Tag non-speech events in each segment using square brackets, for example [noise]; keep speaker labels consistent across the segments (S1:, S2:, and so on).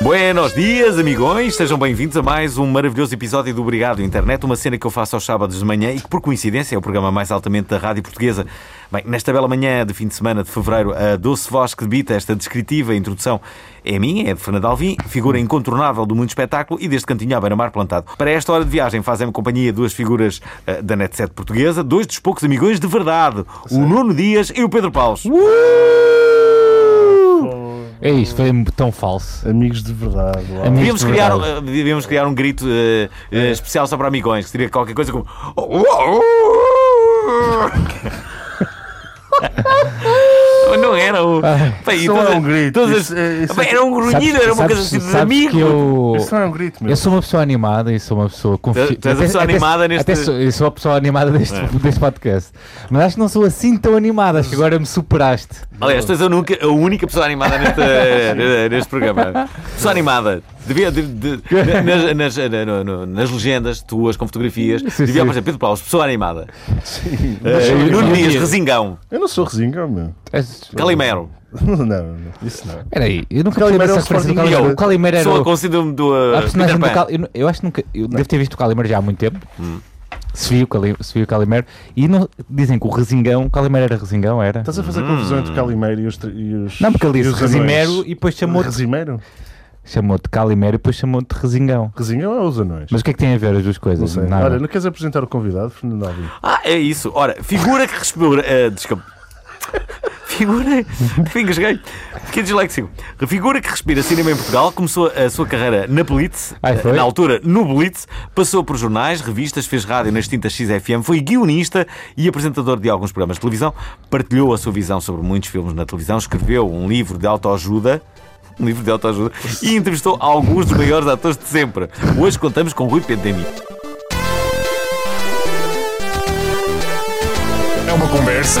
S1: Buenos dias, amigões! Sejam bem-vindos a mais um maravilhoso episódio do Obrigado Internet, uma cena que eu faço aos sábados de manhã e que, por coincidência, é o programa mais altamente da rádio portuguesa. Bem, nesta bela manhã de fim de semana de fevereiro, a doce voz que debita esta descritiva introdução é minha, é de Fernando Alvim, figura incontornável do mundo espetáculo e deste cantinho à beira-mar plantado. Para esta hora de viagem fazem-me companhia duas figuras eh, da net Net7 portuguesa, dois dos poucos amigões de verdade, o Nuno Dias e o Pedro Paus.
S2: É isto, foi tão falso.
S3: Amigos de verdade. uau.
S1: Devíamos
S2: Amigos- Isto é
S1: criar,
S2: verdade.
S1: eh, devíamos criar um grito eh,
S2: É.
S1: eh, especial só para amigões, que seria qualquer coisa como. [laughs] Não era o. Bem, e
S3: Isso não
S1: todas-
S3: é um grito,
S1: todas-
S3: isso é- isso é-
S1: Bem, era um grunhido, era uma coisa assim de amigo.
S2: que eu,
S3: Isso não é um grito, meu.
S2: eu sou uma pessoa animada e sou uma pessoa confiante.
S1: Tu- tu és a pessoa animada neste- É.
S2: Até sou, eu sou a pessoa animada deste, [laughs] deste podcast. Mas acho que não sou assim tão animada, acho que agora me superaste.
S1: Aliás, tu és a, nunca- a única pessoa animada
S2: [laughs]
S1: neste, eh, [laughs] neste programa. Pessoa animada. Devia, de-
S2: [laughs]
S1: de- nas, nas, eh, no- no- nas legendas tuas com fotografias,
S2: Sim,
S1: devia
S2: sim.
S1: aparecer Pedro Paulo, pessoa animada.
S2: [laughs]
S3: Sim. É.
S1: Eh,
S2: eu-
S1: Nuno
S2: eu-
S1: Dias,
S2: eu-
S1: Resingão,
S3: Eu não sou
S2: [laughs]
S3: resinga, meu.
S2: És-
S1: Calimero.
S3: Não, não, não. Isso não.
S2: Peraí, eu nunca tive
S3: Calimero é
S2: essa
S3: um
S2: referência do
S3: Sporting
S2: Calimero.
S3: Miguel.
S2: O Calimero era
S1: Sou
S2: o-
S1: a conhecida-me do
S2: a
S1: uh, Peter
S2: personagem do
S1: Pan.
S2: Calimero. Eu, nu- eu acho que nunca. Eu devo ter visto o Calimero já há muito tempo.
S1: Hum.
S2: Se vi o, Cali- se vi o Calimero. E não- dizem que o Resingão. O Calimero era Resingão, era?
S3: Estás a fazer confusão entre o Calimero e os. tri- E os
S2: Não, porque ele
S3: e
S2: disse
S3: os anões.
S2: Resimero e depois chamou-te
S3: Resimeiro?
S2: chamou Calimero e depois chamou-te Resingão.
S3: Resinga ou os anões?
S2: Mas o que é que tem a ver as duas coisas?
S3: não sei.
S2: Nada.
S3: Olha, não queres apresentar o convidado, Fernando Alvim?
S1: Ah, é isso. Ora, figura que respira. eh, desculpa. [laughs] Figura. Engasguei. Fiquei disléxico. Figura que respira cinema em Portugal começou a sua carreira na Blitz,
S2: Ai,
S1: eh,
S2: foi?
S1: na altura no Blitz, passou por jornais, revistas, fez rádio nas tintas XFM, foi guionista e apresentador de alguns programas de televisão, partilhou a sua visão sobre muitos filmes na televisão, escreveu um livro de autoajuda. Um livro de autoajuda e entrevistou alguns dos maiores atores de sempre. Hoje contamos com Rui Pentemi.
S4: É uma conversa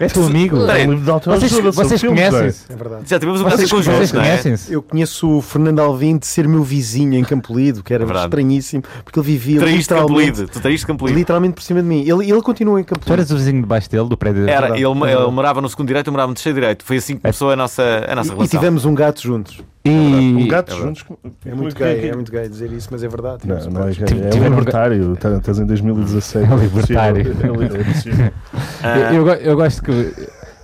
S2: É teu amigo.
S1: Peraí,
S3: livro de autoajuda
S2: Vocês,
S3: sobre
S2: vocês
S3: filmes, é?
S2: conhecem-se?
S1: Já tivemos um
S2: Vocês,
S1: caso conjunto,
S2: vocês
S1: não é?
S2: conhecem-se?
S5: Eu conheço o Fernando Alvim de ser meu vizinho em Campolido, que era
S1: Verdade.
S5: estranhíssimo, porque ele vivia
S1: Traíste
S5: literalmente,
S1: Campolide. Tu traíste Campolide.
S5: literalmente por cima de mim. Ele, ele continua em
S2: Tu
S5: Campolide.
S2: eras o vizinho debaixo dele, do prédio dele?
S1: Era, ele, ele morava no segundo direito, eu morava no terceiro direito. Foi assim que começou a nossa, a nossa
S5: É. E, e
S1: relação.
S5: tivemos um gato juntos.
S2: E
S3: Um gato
S1: é verdade.
S3: juntos. um
S5: É muito gay, é muito gay dizer isso, mas é verdade. Tivemos
S3: Não,
S5: um
S3: não é
S5: gato.
S3: gay.
S2: Tive-
S3: É
S2: tive-
S3: libertário.
S2: [laughs]
S3: Tá- Estás em 2017.
S2: É um libertário.
S3: É possível. É possível.
S2: eu, eu go- eu gosto que.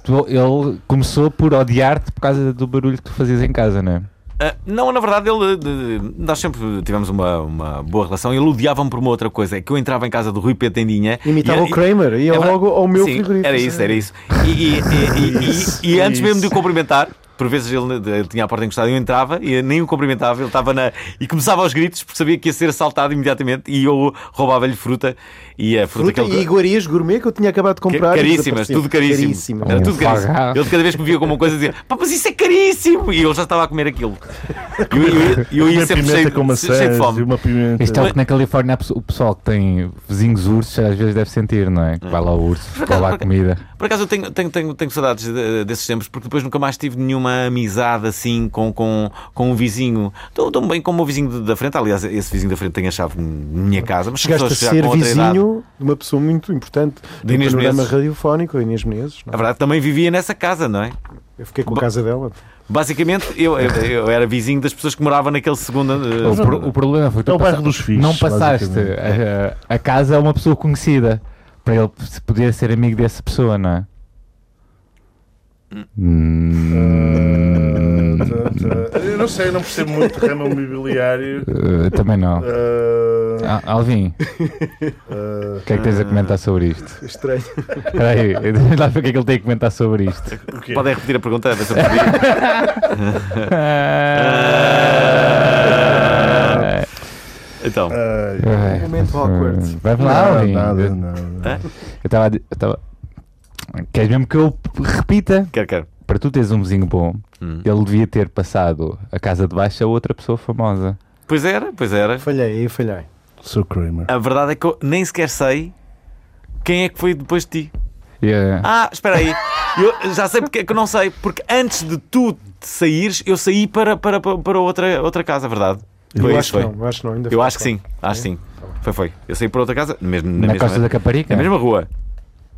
S2: tu- Ele começou por odiar-te por causa do barulho que tu fazias em casa, não é?
S1: Ah, não, na verdade, ele, de- de- nós sempre tivemos uma, uma boa relação. Ele odiava-me por uma outra coisa. É que eu entrava em casa do Rui Petendinha.
S5: Imitava
S1: e-
S5: o Kramer, ia
S1: É verdade.
S5: logo ao meu
S1: Sim,
S5: frigorífico. É
S1: Era isso, era isso. E, e- e- e- e-
S3: Isso,
S5: [laughs]
S1: e antes mesmo de o
S3: isso.
S1: cumprimentar, por vezes ele, ele tinha a porta encostada e eu entrava e eu nem o cumprimentava, ele estava na. e começava aos gritos porque sabia que ia ser assaltado imediatamente e eu roubava-lhe fruta e a fruta,
S5: Fruta
S1: que ele.
S5: e iguarias gourmet que eu tinha acabado de comprar. e
S1: Caríssimas,
S5: desapareciam.
S1: tudo caríssimo.
S5: Caríssimas.
S1: Era
S2: Um
S1: tudo caríssimo.
S2: farra.
S1: Ele de cada vez que me via com uma coisa dizia: Pá, mas isso é caríssimo! E eu já estava a comer
S5: [laughs]
S1: aquilo. E eu, eu, eu ia
S3: Uma
S1: sempre
S3: pimenta
S1: cheio,
S3: com maçãs
S1: cheio de
S3: e
S1: fome.
S3: uma pimenta.
S2: Isto é o que na Califórnia há pesso- o pessoal que tem vizinhos ursos às vezes deve sentir, não é? Que vai lá o urso, vai lá a comida.
S1: Por acaso eu tenho, tenho, tenho, tenho saudades de- desses tempos, porque depois nunca mais tive nenhuma amizade assim com, com, com um vizinho. Estou tão bem como o vizinho de- da frente. Aliás, esse vizinho da frente tem a chave da minha casa, mas
S5: Chegaste a
S1: começou
S5: ser
S1: com outra idade.
S5: vizinho de uma pessoa muito importante
S1: De
S5: do
S1: Inês
S5: panorama
S1: Menezes.
S5: radiofónico, a Inês Menezes. não é?
S1: Na verdade, também vivia nessa casa, não é?
S5: Eu fiquei com a casa dela.
S1: Basicamente, eu, eu, eu era vizinho das pessoas que moravam naquele segundo. eh,
S2: O, pro- o problema foi que
S3: É
S2: tu
S3: o
S2: passa-
S3: bairro dos fixes,
S2: não passaste
S3: basicamente.
S2: a, a- a casa a uma pessoa conhecida para ele se poder ser amigo dessa pessoa, não é? um-
S3: Tá, Eu não sei, não percebo muito ramo imobiliário.
S2: Eh,
S5: Eh,
S2: Uh, também não. Ah,
S5: [laughs]
S2: Alvin, o que é que tens a comentar sobre isto?
S5: Eh, Estranho. É
S2: Espera aí, lá ver o que é que ele tem a comentar sobre isto.
S1: Podem repetir a pergunta? a ver se eu
S5: [laughs]
S1: percebi. Então,
S3: Ai,
S2: Ai,
S5: é um momento
S2: mas,
S5: awkward.
S2: Eh, Vai lá,
S3: nada,
S2: Alvin.
S3: nada,
S2: Eu
S3: nada.
S2: estava a di- eu estava. Queres mesmo que eu p- repita?
S1: quer, quer.
S2: Para tu teres um vizinho bom,
S1: Hum.
S2: ele devia ter passado a casa de baixo a outra pessoa famosa.
S1: Pois era, pois era.
S5: Falhei, aí falhei.
S3: Sou Kramer.
S5: Ah,
S1: A verdade é que eu nem sequer sei quem é que foi depois de ti.
S2: E, eh,
S1: Ah, espera aí. Eu já sei porque é que eu não sei. Porque antes de tu te saíres, eu saí para, para, para para outra, outra casa, verdade? Foi
S5: eu
S1: isso,
S5: acho
S1: foi.
S5: que não, eu acho que não. Ainda
S1: Eu
S5: foi.
S1: acho que sim, acho que sim. Foi, foi. Eu saí para outra casa, mesmo, na,
S2: na
S1: mesma,
S2: costa da Caparica?
S1: na mesma rua.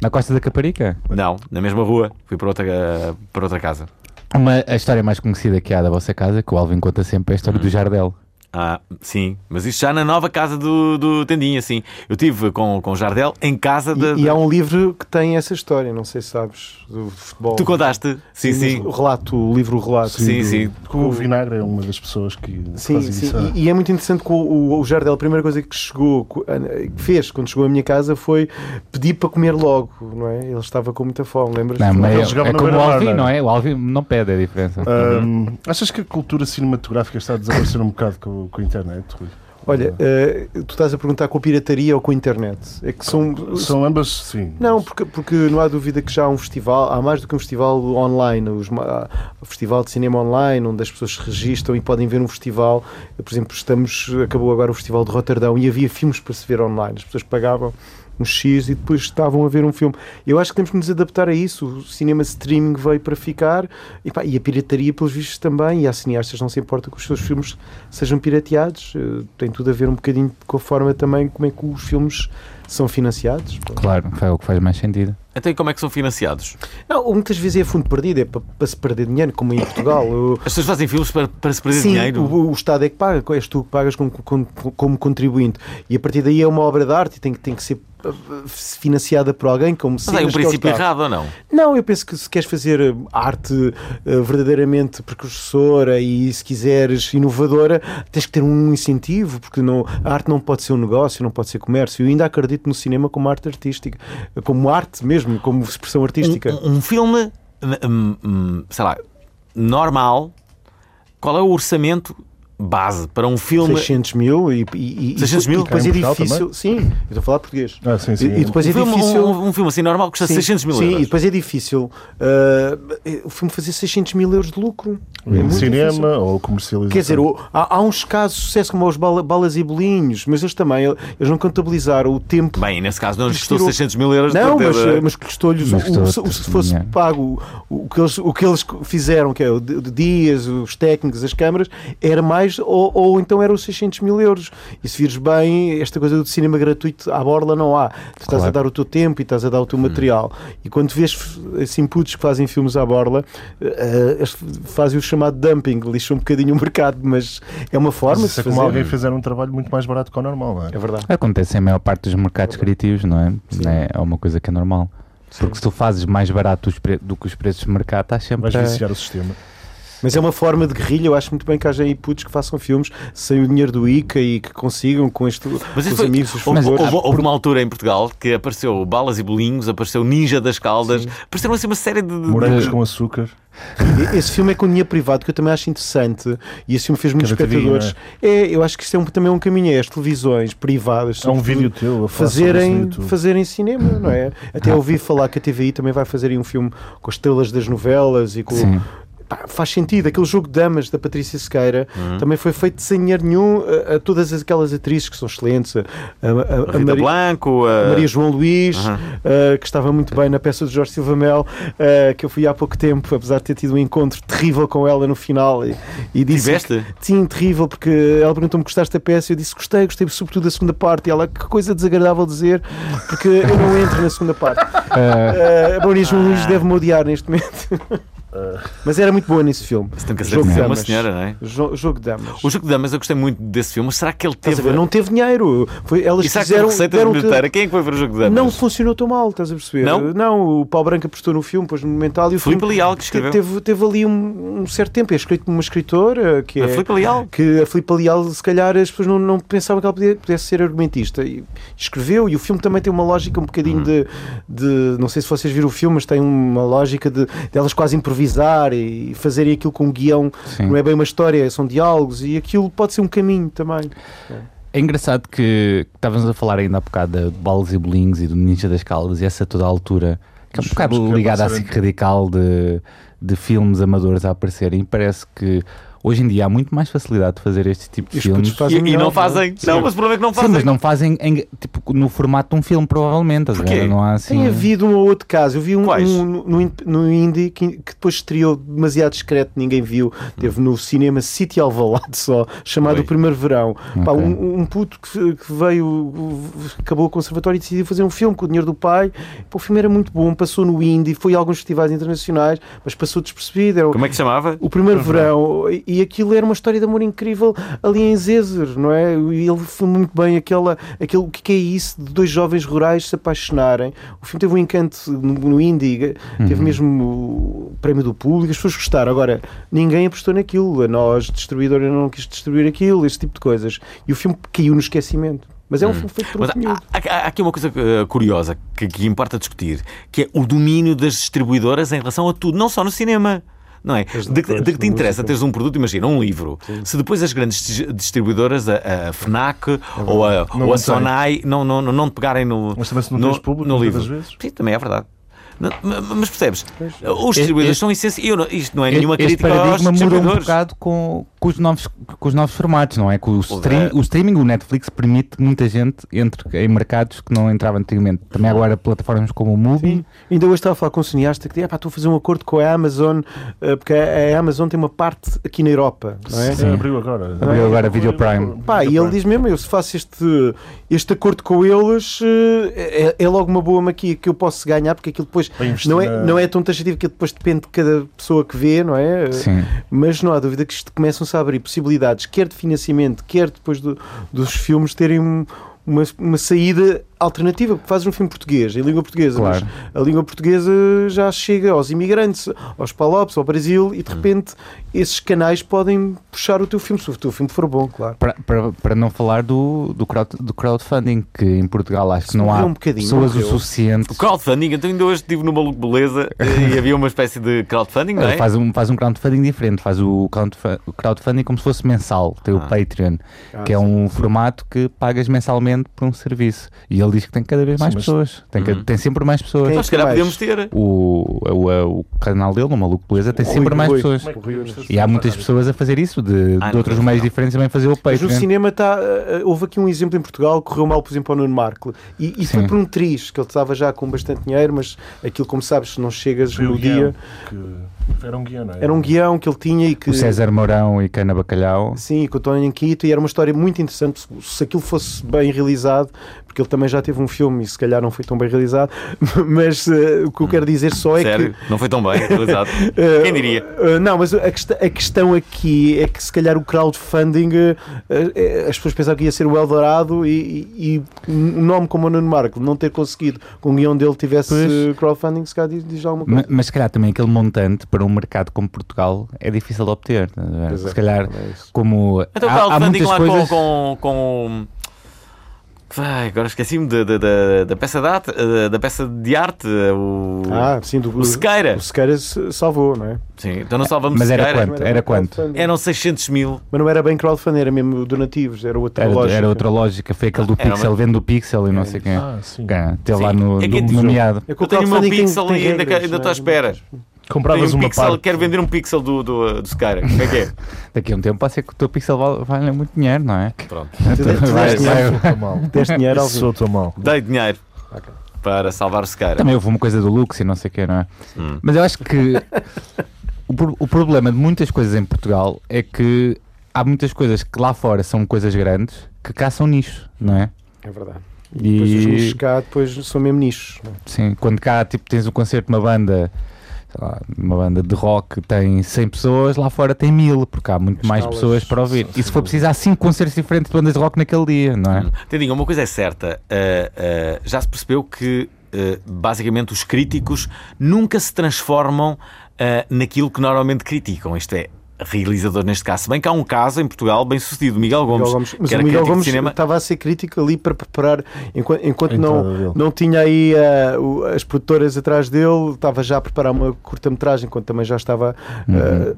S2: Na costa da Caparica?
S5: Ah.
S1: Não, na mesma rua. Fui para outra, eh, para outra casa.
S2: Uma, a história mais conhecida que há da vossa casa, que o Alvin conta sempre, é a história
S1: Hum.
S2: do Jardel.
S1: Ah, sim, mas isso já na nova casa do, do Tendinha, sim. Eu tive com, com o Jardel em casa da.
S5: E, e há um livro que tem essa história, não sei se sabes, do futebol.
S1: Tu contaste? Sim, sim.
S5: O relato, o livro o relato.
S1: Sim, sim.
S3: Com o Vinagre é uma das pessoas que
S5: Sim,
S3: fazem
S5: sim.
S3: isso.
S5: E, e é muito interessante que o, o, o Jardel, a primeira coisa que chegou, co- a- que fez quando chegou à minha casa foi pedir para comer logo, não é? Ele estava com muita fome, Então, lembras?
S2: Não, mas
S3: ele
S2: é-
S3: jogava
S2: é
S3: no
S2: como o
S3: Beira-Mar,
S2: Alvin,
S3: não é?
S2: não é? O Alvin não pede a diferença.
S5: Uhum.
S3: Ahm, Ah, hum, achas que a cultura cinematográfica está a desaparecer um bocado com, com a internet, Rui?
S5: Olha, eh, tu estás a perguntar com a pirataria ou com a internet? É que são,
S3: São ambas, sim.
S5: Não, porque, porque não há dúvida que já há um festival, há mais do que um festival online, os, ma- há o festival de cinema online, onde as pessoas se registram e podem ver um festival. Por exemplo, estamos, acabou agora o festival de Roterdão e havia filmes para se ver online, as pessoas pagavam um X e depois estavam a ver um filme. Eu acho que temos que nos adaptar a isso. O cinema streaming veio para ficar e, pá, e a pirataria, pelos vistos, também. E há cineastas não se importa que os seus filmes sejam pirateados. Eh, Tem tudo a ver um bocadinho com a forma também como é que os filmes são financiados.
S2: Claro, é o que faz mais sentido.
S1: Então, e como é que são financiados?
S5: Não, muitas vezes é fundo perdido, é para, se perder dinheiro, como em Portugal. Eu-
S1: As pessoas fazem filmes para, para se perder
S5: Sim,
S1: dinheiro? um
S5: o, o Estado é que paga, és tu que pagas como, como, como contribuinte. E a partir daí é uma obra de arte e tem, que- tem que ser uh, financiada por alguém, como se
S1: Mas há um princípio errado ou não?
S5: Não, eu penso que se queres fazer uh, arte uh, verdadeiramente precursora e se quiseres inovadora, tens que ter um incentivo, porque não, a arte não pode ser um negócio, não pode ser comércio. Eu ainda acredito no cinema como arte artística, como arte mesmo, como expressão artística.
S1: Um, um filme, hum, hum, sei lá, normal, qual é o orçamento base para um filme?
S5: 600 mil e, e, e-
S1: 600 mil?
S5: e depois é
S3: Cá em Portugal
S5: difícil. Sim, eu estou a falar português.
S3: Ah, sim, sim.
S5: E, e depois
S1: um,
S5: é
S1: filme
S5: difícil.
S1: um, um filme assim normal custa
S5: Sim,
S1: 600 mil
S5: sim,
S1: euros.
S5: e depois é difícil uh, o filme fazer 600 mil euros de lucro. É
S3: Em
S5: muito
S3: cinema
S5: difícil.
S3: ou comercialização.
S5: Quer dizer, o- há, há uns casos de sucesso como os bala- balas e bolinhos, mas eles também eles não contabilizaram o tempo
S1: Bem, nesse caso não lhes custou
S5: Investir o-
S1: 600 mil euros. eh, de
S5: não, mas,
S1: certeza.
S5: mas custou-lhes o,
S2: Mas custou
S5: o- o- se fosse
S2: dinheiro.
S5: pago o, o que eles, o que eles fizeram, que é o de, de dias, os técnicos, as câmaras, era mais, ou, ou então eram os 600 mil euros. E se vires bem, esta coisa do cinema gratuito à borla não há. Tu estás
S2: Claro.
S5: a dar o teu tempo e estás a dar o
S3: Hum.
S5: teu material. E quando vês f- assim putos que fazem filmes à borla, eh, eles fazem o chamado dumping, lixam um bocadinho o mercado, mas é uma forma de
S3: Isso
S5: se
S3: é como alguém
S5: fazer.
S3: fizer um trabalho muito mais barato que o normal, não é?
S5: É verdade.
S2: Acontece em maior parte dos mercados criativos, não é? É- É uma coisa que é normal. Porque se tu fazes mais barato os pre- do que os preços de mercado, estás sempre
S3: Vais
S2: a...
S3: viciar o sistema.
S5: Mas é uma forma de guerrilha, eu acho muito bem que haja aí putos que façam filmes sem o dinheiro do ICA e que consigam com este
S1: Mas
S5: com
S1: isso
S5: os
S1: foi-
S5: amigos, os
S1: houve,
S5: favores.
S1: houve- houve uma altura em Portugal que apareceu Balas e Bolinhos, apareceu Ninja das Caldas, apareceram assim uma série de. de-
S3: Morangos
S1: de-
S3: com açúcar.
S5: E- Esse filme é com dinheiro privado, que eu também acho interessante, e esse filme fez muitos
S3: Cada bocadinho,
S5: espectadores. É? eu acho que isso é um- também um caminho, é as televisões privadas
S3: É um
S5: sobretudo,
S3: vídeo teu a falar sobre isso no
S5: fazerem,
S3: YouTube.
S5: fazerem cinema, não é? Até ouvi falar que a TVI também vai fazer aí um filme com as estrelas das novelas e com.
S2: Sim.
S5: Pá, Faz sentido, aquele jogo de damas da Patrícia Sequeira também foi feito sem dinheiro nenhum a, a todas aquelas atrizes que são excelentes. A, a, a, a
S1: Rita
S5: Maria-
S1: Blanco, eh, a-
S5: Maria João Luís,
S1: Aham.
S5: eh, que estava muito bem na peça de Jorge Silva Mel, eh, que eu fui há pouco tempo, apesar de ter tido um encontro terrível com ela no final. E, e disse
S1: Tiveste?
S5: que- Sim, terrível, porque ela perguntou-me gostaste da peça, eu disse gostei, gostei sobretudo da segunda parte. E ela, que coisa desagradável dizer, [laughs] porque eu não entro na segunda parte.
S2: Ah,
S5: É.
S1: Ah.
S5: Eh, a Maria João Luís deve-me odiar neste momento. Mas era muito boa nesse filme.
S1: Se tem que ser
S5: Jogo de
S1: uma
S5: damas.
S1: senhora, não é?
S5: Jo- jogo de damas.
S1: O Jogo de Damas, eu gostei muito desse filme, mas será que ele
S5: Estás
S1: teve.
S5: a ver? Não teve dinheiro. Foi, elas
S1: E será que teve
S5: fizeram.
S1: receita de
S5: deram-
S1: bilheteira? Quem é que foi ver o Jogo de Damas?
S5: Não funcionou tão mal, estás a perceber?
S1: Não?
S5: o Paulo Branco apostou no filme, pôs no mental e o
S1: Filipe
S5: filme
S1: Leal que
S5: te-
S1: escreveu.
S5: Teve, teve ali um, um certo tempo. É escrito por uma escritora que
S1: A
S5: é.
S1: Filipe Leal?
S5: que a Filipe Leal, se calhar, as pessoas não, não pensavam que ela podia- pudesse ser argumentista. E escreveu, e o filme também tem uma lógica um bocadinho
S2: Uhum.
S5: de, de- Não sei se vocês viram o filme, mas tem uma lógica de, de elas quase improvisar e fazerem aquilo com um guião.
S2: Sim.
S5: Não é bem uma história, são diálogos, e aquilo pode ser um caminho também.
S2: É engraçado que que estávamos a falar ainda há bocado de Balas e Bolinhos e do Ninja das Calvas e essa toda a altura, que é um
S3: Os filmes
S2: bocado
S3: que
S2: ligada à
S3: apareceram.
S2: SIC radical de, de filmes amadores a aparecerem. E parece que hoje em dia há muito mais facilidade de fazer este tipo de
S5: E os
S2: filmes.
S5: putos fazem
S1: E, e
S5: melhor,
S1: não fazem. Não, mas o problema é que não
S2: Sim,
S1: fazem.
S2: mas não fazem em- tipo, no formato de um filme, provavelmente. estás a ver?
S1: Porquê?
S2: Não há assim.
S5: Tem havido um ou outro caso. Eu vi um,
S1: é. Quais?
S5: um no- no, in- no Indie que, que depois estreou demasiado discreto, ninguém viu. Teve no cinema City Alvalade só, chamado
S1: Oi.
S5: O Primeiro Verão. Pá,
S2: Ok.
S5: um, um puto que, que veio, acabou o conservatório e decidiu fazer um filme com o dinheiro do pai. Pá, o filme era muito bom, passou no Indie, foi a alguns festivais internacionais, mas passou despercebido. Era,
S1: Como é que se chamava?
S5: o primeiro verão, e aquilo era uma história de amor incrível ali em Zezer, não é? E ele foi muito bem aquela, aquele, o que é isso de dois jovens rurais se apaixonarem. O filme teve um encanto no, no Indie, teve
S1: Uhum.
S5: mesmo o prémio do público, as pessoas gostaram. Agora, ninguém apostou naquilo, a nós, distribuidora, não quis distribuir aquilo, esse tipo de coisas. E o filme caiu no esquecimento. Mas é um filme feito por um
S1: Uhum. Mas
S5: miúdo.
S1: há, há- há aqui uma coisa eh, curiosa que, que importa discutir, que é o domínio das distribuidoras em relação a tudo, não só no cinema. Não é? De, que-
S5: depois,
S1: de que te
S5: na
S1: interessa
S5: música.
S1: teres um produto, imagina, um livro. Se depois as grandes dis- distribuidoras, a, a FNAC ou a,
S3: É Não
S1: ou a
S3: mantém.
S1: Sonai, não, não, não, não te pegarem no,
S3: Mas também se não
S1: no,
S3: tens público,
S1: no
S3: muitas
S1: livro.
S3: vezes.
S1: Sim, também é verdade. Não- ma- ma- mas percebes? Os
S3: É,
S1: distribuidores
S2: Este-
S1: são essenciais. eu não- Isto não é
S2: eh, Este-
S1: nenhuma
S2: este
S1: crítica aos
S2: paradigma muda um
S1: distribuidores.
S2: bocado com, com, os novos, com os novos formatos, não é? Com o, stream-
S1: da-
S2: o streaming, o Netflix permite muita gente entre em mercados que não entrava antigamente. Também agora plataformas como o Mubi.
S5: Sim. Ainda hoje estava a falar com um cineasta que dizia: "Ah pá, estou a fazer um acordo com a Amazon, eh, porque a a Amazon tem uma parte aqui na Europa, não é?
S3: Sim, abriu é agora.
S2: Abriu agora a Video Prime.
S5: Pá, e ele diz mesmo: eu se faço este, este acordo com eles, eh, é, é logo uma boa maquia que eu posso ganhar, porque aquilo depois
S3: Para investir
S5: não é,
S3: na-
S5: não é tão taxativo que depois depende de cada pessoa que vê, não é?
S2: Sim.
S5: Mas não há dúvida que isto começam-se a abrir possibilidades, quer de financiamento, quer depois do- dos filmes terem um- uma, uma saída alternativa, porque fazes um filme português, em língua portuguesa,
S2: Claro.
S5: mas a língua portuguesa já chega aos imigrantes, aos palopes, ao Brasil,
S2: Hum.
S5: e de repente esses canais podem puxar o teu filme, se o teu filme for bom, claro.
S2: Para, para, para não falar do, do, crowd, do crowdfunding, que em Portugal acho que
S5: Isso
S2: não há
S5: morreu um bocadinho,
S2: pessoas o
S5: morreu.
S2: suficiente.
S1: O crowdfunding, então ainda hoje estive no Maluco Beleza eh, e havia uma espécie de crowdfunding, não é?
S2: Faz um, faz um crowdfunding diferente, faz o crowdfu- o crowdfunding como se fosse mensal, tem o
S1: Ah.
S2: Patreon, que é um formato que pagas mensalmente por um serviço. E ele diz que tem cada vez mais
S3: mas-
S2: pessoas, tem,
S1: Uhum.
S2: ca- tem sempre mais pessoas.
S5: Quem-
S1: Nós, se calhar,
S5: mais?
S1: podemos ter.
S2: O, o, o canal dele, o Maluco Beleza, tem sempre
S5: Rui,
S2: mais
S5: Rui.
S2: pessoas.
S3: Como é que as
S2: E há muitas pessoas a fazer isso, de,
S1: Ah,
S2: de outros
S1: não.
S2: meios diferentes também fazer o
S5: Mas no
S2: Patreon.
S5: cinema tá, eh, houve aqui um exemplo em Portugal, correu mal, por exemplo, ao Nuno Marco. E, e foi
S2: Sim.
S5: por um triz, que ele estava já com bastante dinheiro, mas aquilo, como sabes, se não chegas
S3: Foi
S5: no
S3: o
S5: dia.
S3: guião. Que... Era um guião, não é?
S5: Era um guião que ele tinha e que.
S2: O César Mourão e Cana Bacalhau.
S5: Sim, com o Tony Anquito, e era uma história muito interessante. se- Se aquilo fosse bem realizado, porque ele também já teve um filme e se calhar não foi tão bem realizado, [laughs] mas eh, o que eu quero dizer só é que
S1: Sério, não foi tão bem realizado.
S5: Eh,
S1: Quem diria?
S5: eh, não, mas a, quest- a questão aqui é que se calhar o crowdfunding eh, eh, as pessoas pensavam que ia ser o Eldorado e, e, e um nome como o Nuno Marco não ter conseguido com o guião dele tivesse
S2: Pois.
S5: eh, crowdfunding, se calhar diz, diz alguma
S2: Ma-
S5: coisa.
S2: Mas se calhar também aquele montante para um mercado como Portugal é difícil de obter. estás a ver?
S5: Pois é,
S2: se calhar,
S5: é isso.
S2: como
S1: Então o
S2: há, há
S1: crowdfunding
S2: muitas
S1: lá
S2: coisas.
S1: com. com, com... Ai, agora esqueci-me da, da, da, da peça de arte, eh, da peça de arte, eh, o,
S5: Ah, sim, do,
S1: o Sequeira.
S5: o Sequeira se- salvou, não é?
S1: Sim, então não salvamos
S2: Mas era
S1: Sequeira.
S2: quanto? Era quanto?
S5: crowdfunding.
S1: Eram 600 mil.
S5: Mas não era bem crowdfunding, era mesmo donativos, era outra
S2: Era,
S5: lógica.
S2: era outra lógica. Foi aquele do
S1: Era uma-
S2: Pixel, vendo o Pixel e não sei quem.
S3: Ah, sim.
S2: Quem Teve lá
S1: Sim,
S2: no,
S1: é que
S2: no-
S1: é
S2: no
S1: difícil.
S2: nomeado.
S5: É que o
S1: Eu tenho o meu
S5: crowdfunding tem-
S1: pixel
S5: tem
S1: e ainda,
S5: regras,
S1: ainda
S5: não
S1: estou à
S5: é?
S1: espera. Tenho
S3: Compravas
S1: um
S3: uma
S1: pixel,
S3: parte.
S1: quero vender um pixel do, do, do Sequeira. Como é que é?
S2: Daqui a um tempo pode ser que o teu Pixel val- valha muito dinheiro, não é?
S1: Pronto.
S5: Tu deste- tu
S2: Vai-
S5: deste
S2: vai-
S5: dinheiro-
S3: Sou-te [laughs] mal.
S5: deste dinheiro ao
S3: Isso sou-te mal.
S1: Dei dinheiro para salvar o Sequeira.
S2: Também houve uma coisa do Lux e não sei o que, não é?
S1: Hum.
S2: Mas eu acho que o, pro- o problema de muitas coisas em Portugal é que há muitas coisas que lá fora são coisas grandes que cá são nicho, não é?
S5: É verdade.
S2: E-
S5: Depois os nichos cá, depois são mesmo nichos. não é?
S2: Sim, quando cá tipo, tens um concerto de uma banda sei lá, uma banda de rock tem 100 pessoas, lá fora tem 1000, porque há muito
S5: As
S2: mais
S5: salas
S2: pessoas para ouvir.
S5: são
S2: E se for preciso, há 5 concertos diferentes de bandas de rock naquele dia, não é?
S1: Tendinho, uma coisa é certa. uh, uh, já se percebeu que, uh, basicamente, os críticos nunca se transformam uh, naquilo que normalmente criticam. Isto é, realizador neste caso. Se bem que há um caso em Portugal bem sucedido, Miguel Gomes,
S5: Miguel Gomes. Mas
S1: que
S5: o
S1: era
S5: Miguel
S1: crítico
S5: Gomes
S1: de cinema.
S5: estava a ser crítico ali para preparar, enquanto, enquanto
S3: A entrada dele.
S5: não, não tinha aí ah, o- as produtoras atrás dele, estava já a preparar uma curta-metragem, enquanto também já estava
S3: Uhum.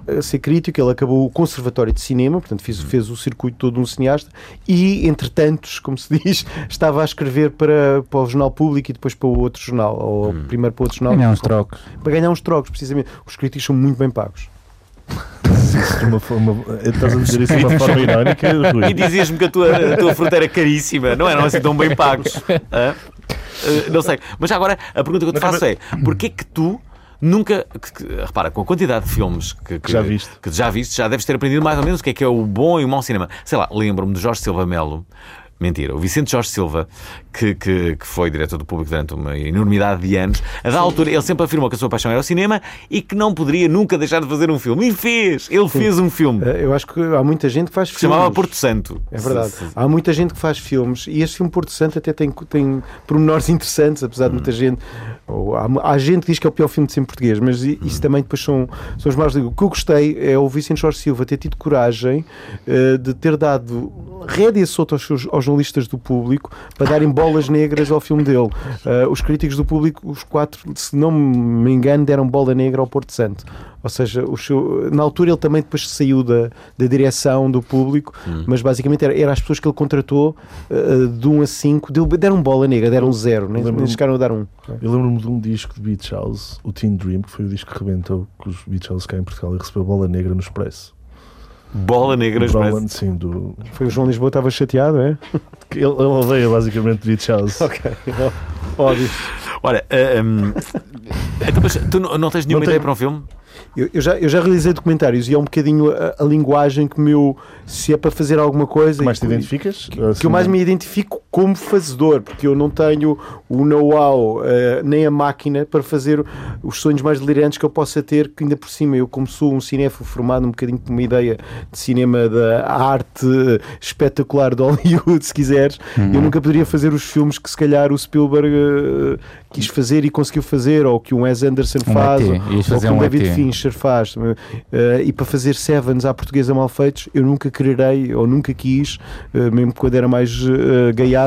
S5: ah, a ser crítico. Ele acabou o Conservatório de Cinema, portanto
S3: Uhum.
S5: fez, fez o circuito todo de um cineasta e, entre tantos, [laughs] como se diz, estava a escrever para, para o jornal público e depois para o outro jornal, ou
S3: Uhum.
S5: primeiro para o outro jornal,
S2: Ganhar uns trocos.
S5: para ganhar uns trocos, precisamente. Os críticos são muito bem pagos.
S3: De uma forma, estás a dizer isso [laughs] de uma forma irónica, [laughs] Rui.
S1: E dizias-me que a tua, a tua fruta era caríssima, não eram assim tão bem
S5: [laughs]
S1: pagos. Hã? Uh, não sei. Mas já agora a pergunta que eu te faço é: porquê que tu nunca. que- que- repara, com a quantidade de filmes que, que-
S3: já viste.
S1: que já viste, já deves ter aprendido mais ou menos o que é que é o bom e o mau cinema. Sei lá, lembro-me de Jorge Silva Melo. Mentira, o Vicente Jorge Silva, que, que, que foi diretor do público durante uma enormidade de anos, a da altura ele sempre afirmou que a sua paixão era o cinema e que não poderia nunca deixar de fazer um filme. E fez! Ele fez um filme.
S5: Ah, eu acho que há muita gente que faz
S1: que se chamava
S5: filmes.
S1: Porto Santo.
S5: É verdade.
S1: Se- se-
S5: Há muita gente que faz filmes e este filme Porto Santo até tem, tem pormenores [laughs] interessantes, apesar de muita gente. ou há, há gente que diz que é o pior filme de sempre português, mas i- isso também depois são, são os mais. O que eu gostei é o Vicente Jorge Silva ter tido coragem eh, de ter dado rédea solta aos, seus- aos jornalistas do público para darem bolas negras ao filme dele. Eh, os críticos do público, os quatro, se não me engano, deram bola negra ao Porto Santo. Ou seja, o seu- na altura ele também depois saiu da, da direção do público, mas basicamente era, era as pessoas que ele contratou eh, de 1 a 5, deu, deram bola negra, deram um zero, nem, nem
S3: Lembro-me-
S5: chegaram a dar um.
S3: Eu lembro-me de um disco de Beach House, o Teen Dream, que foi o disco que rebentou com os Beach House cá em Portugal e recebeu bola negra no Expresso.
S1: Bola Negra
S3: O
S1: Express.
S3: Brolan, sim, do...
S5: Foi o João Lisboa, estava chateado, é?
S3: ele, ele odeia basicamente Beach House.
S5: Óbvio.
S1: Olha, ah, hum, [laughs] então, mas tu não não tens nenhuma
S5: Não
S1: ideia
S5: tenho.
S1: para um filme?
S5: Eu, eu já, eu já realizei documentários e é um bocadinho a, a linguagem que meu, se é para fazer alguma coisa.
S3: Que mais te
S5: e-
S3: identificas? Assim, é?
S5: que eu mais me identifico como fazedor, porque eu não tenho o know-how eh, nem a máquina para fazer os sonhos mais delirantes que eu possa ter, que ainda por cima eu como sou um cinéfilo formado um bocadinho por uma ideia de cinema da arte espetacular de Hollywood, [laughs] se quiseres, eu
S2: Uhum.
S5: nunca poderia fazer os filmes que se calhar o Spielberg eh, quis fazer e conseguiu fazer, ou que um Wes Anderson
S2: Um
S5: faz,
S2: ET,
S5: ou-
S2: ias
S5: ou
S2: fazer
S5: que um
S2: um
S5: David
S2: ET.
S5: Fincher faz. Eh, e para fazer sevens à portuguesa mal feitos, eu nunca quererei, ou nunca quis, eh, mesmo quando era mais eh, gaiato,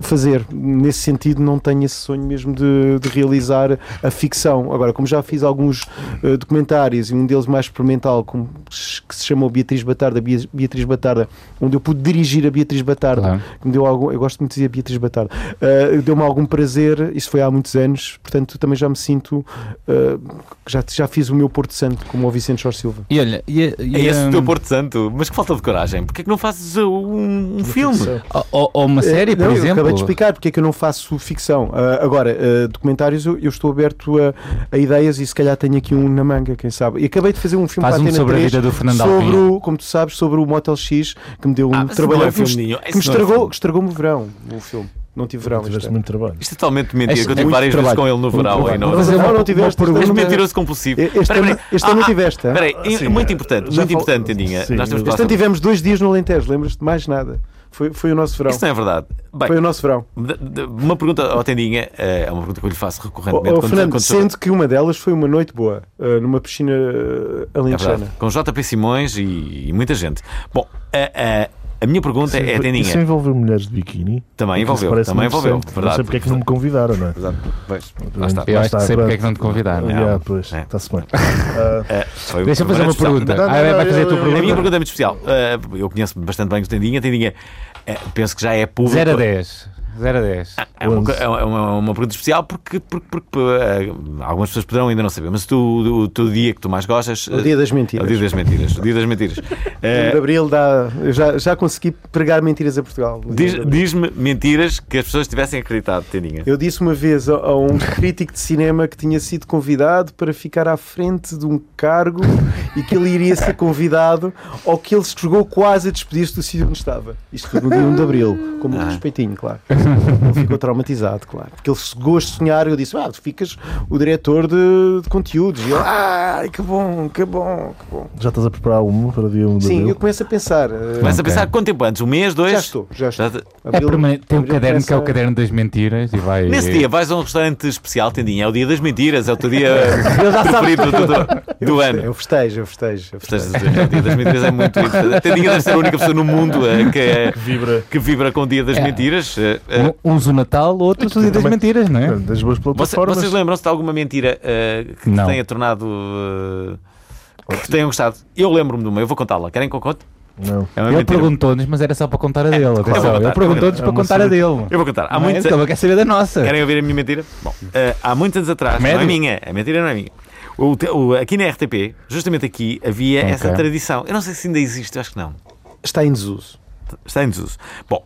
S5: fazer. Nesse sentido, não tenho esse sonho mesmo de, de realizar a ficção. Agora, como já fiz alguns eh, documentários, e um deles mais experimental, como, que se chamou Beatriz Batarda, Bia- Beatriz Batarda, onde eu pude dirigir a Beatriz Batarda,
S2: Claro.
S5: que me deu algum, eu gosto muito de dizer Beatriz Batarda, eh, deu-me algum prazer, isso foi há muitos anos, portanto também já me sinto, eh, que já, já fiz o meu Porto Santo, como o Vicente Jorge Silva.
S2: E olha, e, a- e hum, ehm,
S1: É esse
S2: a-
S1: o teu Porto Santo? Mas que falta de coragem. Porquê que não fazes uh, um, um filme?
S2: ou- Ou, ou
S1: É,
S2: uma série,
S5: Eh,
S2: por
S5: não, eu
S2: exemplo.
S5: Acabei de explicar porque é que eu não faço ficção. Ah, agora, ah, documentários, eu, eu estou aberto a, a ideias e se calhar tenho aqui um na manga, quem sabe. E acabei de fazer um filme
S2: Faz
S5: para
S2: um
S5: a Antena
S2: sobre a
S5: 3,
S2: vida do Fernando
S5: sobre
S2: Alvim.
S5: o- como tu sabes, sobre o Motel X, que me deu um
S1: Ah, mas isso
S5: trabalho
S1: não é um
S5: que me-
S1: filme nenhum.
S5: que
S1: Isso
S5: me
S1: não é um
S5: estragou,
S1: filme.
S5: estragou-me o verão,
S3: Um
S5: o filme. Não tive verão. este
S3: Tiveste
S5: ano.
S3: muito trabalho.
S1: Isto é totalmente mentira,
S2: Este
S1: que eu
S2: é
S1: tive
S2: muito
S1: várias vezes
S2: trabalho.
S1: com ele no
S2: Muito
S1: verão.
S2: trabalho.
S1: hein, não-
S2: Vou fazer
S5: Não,
S2: é uma-
S5: não tiveste.
S2: uma
S5: este
S1: És
S5: ano não
S1: mentiroso compulsivo.
S5: Este
S1: Espera,
S5: ano-
S1: espera.
S5: este ano não
S1: Ah,
S5: tiveste,
S1: ah,
S5: hein?
S1: Espera aí,
S3: Ah, sim,
S1: muito
S3: eh,
S1: importante,
S3: já
S1: muito
S3: fal-
S1: importante, Tendinha.
S3: Sim,
S1: Nós temos que
S5: Este é ano
S1: falar sobre-
S5: tivemos dois dias no Alentejo, lembras-te? Mais nada. Foi, foi o nosso verão.
S1: Isto não é verdade. Bem,
S5: Foi o nosso verão.
S1: de- de- uma pergunta ao Tendinha, eh, é uma pergunta que eu lhe faço
S5: Oh,
S1: recorrentemente.
S5: oh,
S1: quando-
S5: Fernando,
S1: quando-
S5: sendo que uma delas foi uma noite boa, ah, numa piscina
S1: É verdade.
S5: ah, alentejana.
S1: Com JP Simões e, e muita gente. Bom, a, a- a minha pergunta é, Tendinha.
S3: Isso envolveu mulheres de biquíni.
S1: Também
S3: Isso
S1: envolveu,
S3: parece
S1: também
S3: muito
S1: envolveu,
S3: interessante. Não
S1: verdade.
S3: sei porque é que não me convidaram, não é?
S1: Lá está.
S2: Eu acho que
S3: Lá está,
S2: sei porque é
S3: pronto.
S2: que não te convidaram.
S1: Não.
S3: Ah, pois,
S1: É.
S3: está-se bem.
S1: Eh, foi
S2: Deixa-me fazer
S1: grande
S2: uma
S1: discussão.
S2: pergunta.
S1: Não,
S2: Ah, vai fazer a tua
S1: A minha
S2: pergunta.
S1: pergunta é muito especial. Eh, eu conheço bastante bem o Tendinha. Tendinha, eh, penso que já é público.
S2: 0 a 10. 0 a 10.
S1: É uma, co- é uma- é uma- uma pergunta especial porque, porque- porque, eh, algumas pessoas poderão ainda não saber. Mas tu, o, o teu dia que tu mais gostas.
S5: O dia das
S1: É o
S5: mentiras.
S1: dia das mentiras. O dia das mentiras. Eh,
S5: 1 de Abril dá. Eu já, já consegui pregar mentiras a Portugal.
S1: diz- Diz-me mentiras que as pessoas tivessem acreditado, Tendinha.
S5: Eu disse uma vez a, a um crítico de cinema que tinha sido convidado para ficar à frente de um cargo e que ele iria ser convidado um
S1: Ah.
S5: ou que ele chegou quase a despedir-se do sítio onde estava. Isto foi no dia 1 de Abril, com muito respeitinho, claro. Ele ficou traumatizado, claro. Porque ele chegou a sonhar e eu disse: Ah, tu ficas o diretor de, de conteúdos. E ele: Ai, que bom, que bom, que bom.
S3: Já estás a preparar uma para dia 1 de
S5: Sim,
S3: abril?
S5: eu começo a pensar. eh,
S1: Começa a
S2: Ok.
S1: pensar quanto tempo antes? Um mês, dois?
S5: Já estou, já estou.
S1: Já te-
S2: É
S5: Abril-
S2: permanente. Tem um
S5: abril
S2: caderno que é o
S5: começa-
S2: caderno das mentiras e vai.
S1: Nesse dia vais a um restaurante especial, Tendinha. É o dia das mentiras, é o teu dia preferido do, do- do ano.
S5: Eu festejo, eu festejo. Eu festejo.
S1: Estás a dizer, o dia das mentiras é muito. A Tendinha deve ser a única pessoa no mundo eh, que, vibra. que vibra com o dia das
S2: É.
S1: mentiras. eh, eh,
S2: Um- Uns o Natal, outros o dia das
S3: Também-
S2: mentiras, não é?
S3: Portanto, Das boas
S1: Você-
S3: plataformas.
S1: vocês lembram-se de alguma mentira eh, que
S2: Não.
S1: tenha tornado. eh, que tenham gostado? Eu lembro-me de uma, eu vou contá-la. Querem que eu conte?
S3: Não.
S1: É uma
S2: Ele
S1: mentira.
S2: perguntou-nos, mas era só para contar a dele.
S1: vou
S2: atenção.
S1: contar.
S2: Ele perguntou-nos
S3: É
S2: para
S3: uma
S2: contar a
S3: cena-
S2: dele.
S1: Eu vou contar. Há
S2: Não é?
S1: muitos,
S2: Ele também quer saber da nossa.
S1: Querem ouvir a minha mentira? Bom, eh, há muitos anos atrás, não é
S2: Médio.
S1: minha, a mentira não é minha. O te- o- aqui na RTP, justamente aqui, havia
S2: Ok.
S1: essa tradição. Eu não sei se ainda existe, eu acho que não.
S5: Está em desuso.
S1: Está em desuso. Bom,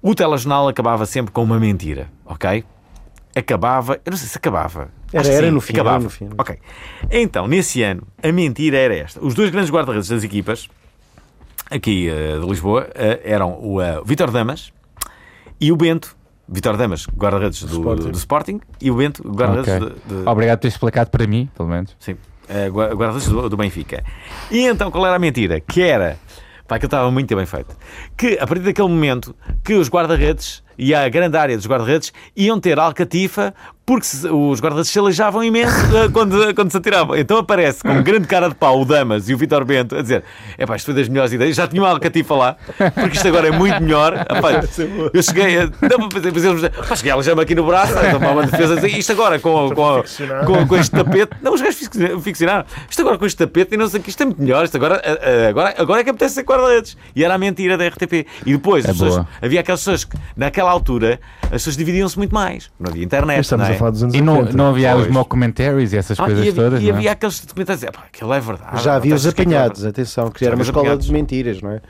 S1: o telejornal acabava sempre com uma mentira, ok? Acabava, eu não sei se acabava.
S5: Era-
S1: Acho que
S5: era
S1: sim,
S5: no fim, era
S1: acabava.
S5: no fim.
S1: Ok. Então, nesse ano, a mentira era esta. Os dois grandes guarda-redes das equipas, aqui eh, de Lisboa, eh, eram o eh, Vítor Damas e o Bento. Vítor Damas, guarda-redes do Sporting.
S3: Sporting.
S1: do Sporting, e o Bento, guarda-redes
S2: Ok.
S1: de- de,
S2: Obrigado por ter explicado para mim, pelo menos.
S1: Sim. Eh, gua- Guarda-redes do, do Benfica. E então, qual era a mentira? Que era. Pá, que estava muito bem feito. Que a partir daquele momento que os guarda-redes e a grande área dos guarda-redes iam ter alcatifa porque se- os guarda-redes se aleijavam imenso eh, [laughs] quando, quando se atiravam. Então aparece com grande cara de pau o Damas e o Vitor Bento a dizer: é pá, isto foi das melhores ideias, já tinha uma alcatifa lá, porque isto agora é muito melhor. Epá, eu cheguei a. Não, mas- mas eles- pá, cheguei a aleijar-me aqui no braço, a tomar uma defesa assim, isto agora com, com, com, com este tapete. Não, os gajos ficci- ficcionaram. Isto agora com este tapete, e não sei o que, isto é muito melhor. Isto agora, a- a- agora, agora é que apetece ser guarda-redes. E era a mentira da RTP. E depois,
S2: É
S1: as pessoas-
S2: boa.
S1: havia aquelas pessoas que, naquela altura, as pessoas dividiam-se muito mais. Não havia
S3: Mas
S1: internet.
S3: Estamos
S1: não é?
S3: a falar dos anos
S2: E não,
S3: 80.
S2: não havia
S1: Pois.
S2: os mockumentaries e essas
S1: Ah,
S2: coisas
S1: e havia,
S2: todas,
S1: e
S2: não é?
S1: havia aqueles documentários a dizer, pá, aquilo é verdade.
S5: Já havia
S1: não
S5: os
S1: tens que-
S5: apanhados, atenção, que
S1: Já
S5: era uma
S1: havia os
S5: escola
S1: apanhados.
S5: de mentiras, não é?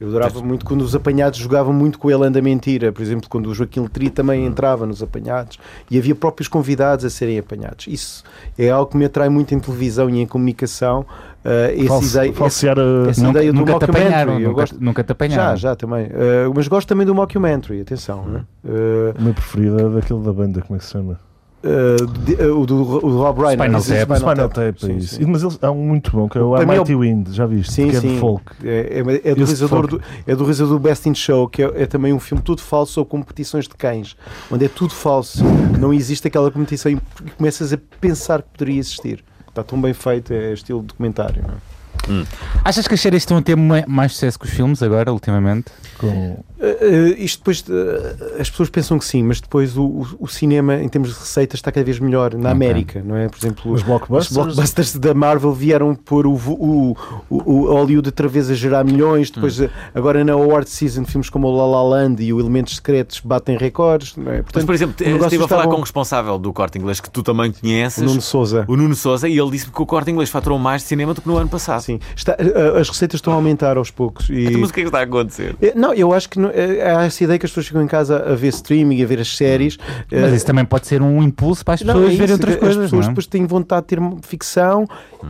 S5: Eu adorava muito quando os apanhados jogavam muito com a Elanda Mentira, por exemplo, quando o Joaquim Letri
S1: Hum.
S5: também entrava nos apanhados e havia próprios convidados a serem apanhados. Isso é algo que me atrai muito em televisão e em comunicação. eh, esse
S3: False-
S5: ideia- esse-
S3: falsear a.
S5: esse- essa
S2: Nunca,
S5: ideia do
S2: nunca te
S5: mockumentary,
S2: apanharam,
S5: eu
S2: nunca,
S5: gosto.
S2: nunca te
S5: Já,
S3: é?
S2: apanharam.
S5: já também. Eh, mas gosto também do mockumentary,
S1: Hum.
S5: atenção. né? Eh,
S3: O meu preferido é daquele da banda, como é que se chama?
S5: eh, de- eh, o do o do Rob Reiner.
S2: Spinal
S5: Esse-
S2: Tap.
S5: Spinal
S3: Spinal
S5: Tap.
S3: Tap, é
S5: Sim,
S3: isso.
S5: sim.
S3: E- Mas eles, há um muito bom, que é o
S5: Para mim é o-
S3: Mighty Wind, já viste?
S5: Sim,
S3: que é
S5: sim.
S3: de folk.
S5: É, é, é do
S3: Esse
S5: realizador
S3: folk.
S5: do, é do realizador do Best in Show, que é, é também um filme tudo falso sobre competições de cães, onde é tudo falso, não existe aquela competição e começas a pensar que poderia existir. Está tão bem feito, é estilo documentário. não é?
S2: Achas que as séries estão a ter ma- mais sucesso que os filmes agora, ultimamente?
S3: Com...
S5: Uh, uh, isto depois uh, as pessoas pensam que sim, mas depois o, o- o cinema em termos de receitas está cada vez melhor
S2: Ok.
S5: na América, não é? Por exemplo,
S3: Os
S5: os
S3: blockbusters.
S5: blockbusters da Marvel vieram pôr o, vo- o, o, o Hollywood outra vez a gerar milhões.
S1: Hum.
S5: Depois, uh, agora na Award Season, filmes como o La La Land e o Elementos Secretos batem recordes, não é?
S1: Mas,
S5: Portanto,
S1: por exemplo, eh,
S5: o negócio
S1: estive a
S5: está
S1: falar
S5: bom.
S1: com o um responsável do corte inglês que tu também conheces,
S5: o Nuno Souza.
S1: o Nuno Souza, e ele disse-me que o corte inglês faturou mais de cinema do que no ano passado.
S5: Sim, está, uh, as receitas estão a aumentar aos poucos. E...
S1: Então, Mas o que é que está a acontecer?
S5: Eh, Não, eu acho que não- eh, há essa ideia que as pessoas ficam em casa a ver streaming, e a ver as séries.
S2: Mas
S5: eh,
S2: isso também pode ser um impulso para as
S5: Não,
S2: pessoas
S5: é isso,
S2: verem outras
S5: as
S2: coisas,
S5: pessoas
S2: não é?
S5: depois têm vontade de ter ficção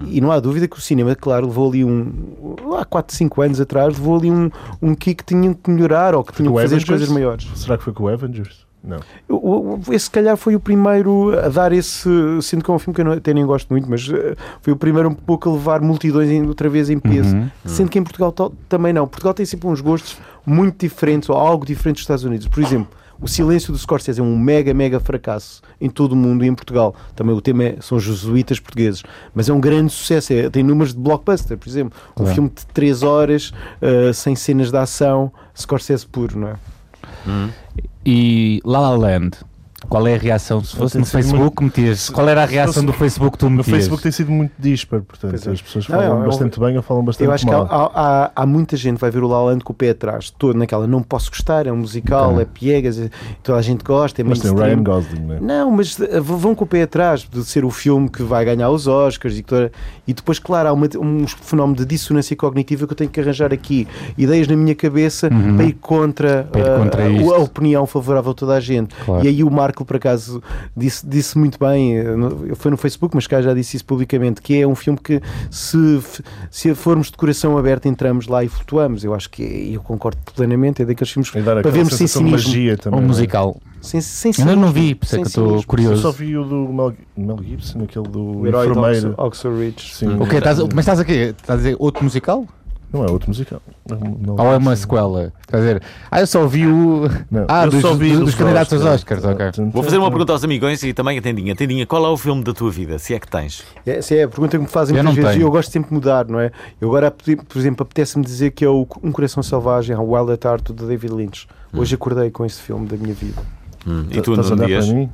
S5: e não há dúvida que o cinema, claro, levou ali um. Há 4, 5 anos atrás, levou ali um, um kick que tinham que melhorar ou que tinham
S3: o
S5: que fazer as
S3: Avengers?
S5: coisas maiores.
S3: Será que foi com o Avengers? Não.
S5: O- o- Esse, se calhar, foi o primeiro a dar esse. Sendo que é um filme que eu não- até nem gosto muito, mas eh, foi o primeiro um pouco a levar multidões em- outra vez em peso.
S2: Uhum.
S5: Sendo que em Portugal to- também não. Portugal tem sempre uns gostos muito diferentes ou algo diferente dos Estados Unidos. Por exemplo, o silêncio do Scorsese é um mega, mega fracasso em todo o mundo e em Portugal. Também o tema é- são os jesuítas portugueses. Mas é um grande sucesso. É- tem números de blockbuster, por exemplo. Um
S2: Claro.
S5: filme de 3 horas, eh, sem cenas de ação, Scorsese puro, não é?
S2: E La La Land, qual é a reação? Se fosse
S3: tem
S2: no
S3: sido
S2: Facebook, metias. Qual era a reação
S3: fosse-
S2: do Facebook que tu
S3: No
S2: metias?
S3: Facebook tem sido muito dispar, portanto.
S5: Pois é.
S3: As pessoas
S5: Não,
S3: falam
S5: é, é,
S3: bastante bem ou falam bastante
S5: Eu acho que há,
S3: mal.
S2: um
S5: há, há- há muita gente que vai ver o La La Land com o pé atrás, todo naquela não posso gostar, é um musical,
S2: Ok.
S5: é piegas, é- toda a gente gosta, é
S3: Mas tem o
S5: mainstream.
S3: Ryan Gosling, né?
S5: Não, mas eh, v- vão com o pé atrás de ser o filme que vai ganhar os Oscars e, que toda- e depois, claro, há uma- um fenómeno de dissonância cognitiva que eu tenho que arranjar aqui ideias na minha cabeça
S2: Uhum.
S5: para ir contra,
S2: Para ir
S5: eh,
S2: contra
S5: a-
S2: isto.
S5: a, opinião favorável de toda a gente.
S2: Claro.
S5: E aí o Mark Marco, por acaso, disse, disse muito bem, eh, no- foi no Facebook, mas cá já disse isso publicamente, que é um filme que se, f- se formos de coração aberto, entramos lá e flutuamos. Eu acho que, e eu concordo plenamente, é daqueles filmes
S3: E dar
S5: para
S3: aquela
S5: vermos sem
S3: sensação de
S5: cinismo.
S3: magia também.
S2: Ou
S3: não é?
S2: musical.
S5: Sem, sem
S2: Ainda
S5: cinismo,
S2: não vi, por isso é
S5: sem
S2: que eu estou
S5: cinismo.
S3: Eu
S2: curioso.
S3: só vi o do Mel, Mel Gibson, aquele do
S5: O herói de
S3: enfermeiro.
S5: Oxo- Oxo Ridge.
S3: Sim.
S2: O quê? Estás a- mas estás a quê? Estás a dizer outro musical?
S3: Não é outro musical. É um- Mel
S2: Ou é uma
S3: Gibson.
S2: sequela? Estás a dizer, ah, eu só vi o.
S3: Não,
S2: Ah,
S3: eu
S2: dos-
S3: só vi
S2: dos-
S3: o
S2: dos candidatos aos Oscars, ok.
S3: Portanto,
S1: Vou fazer uma
S3: é-
S1: pergunta aos amigões e também a Tendinha. Tendinha, qual é o filme da tua vida, se é que tens?
S5: Essa é a pergunta que me fazem
S2: Eu
S5: muitas
S2: não
S5: vezes e
S2: tenho.
S5: eu gosto sempre de mudar, não é? Eu agora, por exemplo, apetece-me dizer que é o Um Coração Selvagem, a Wild at Heart, do David Lynch. Hoje acordei com esse filme da minha vida.
S1: Hum, E tu,
S3: Estás tá-, a
S1: Nuno
S3: olhar
S1: Dias?
S3: para mim?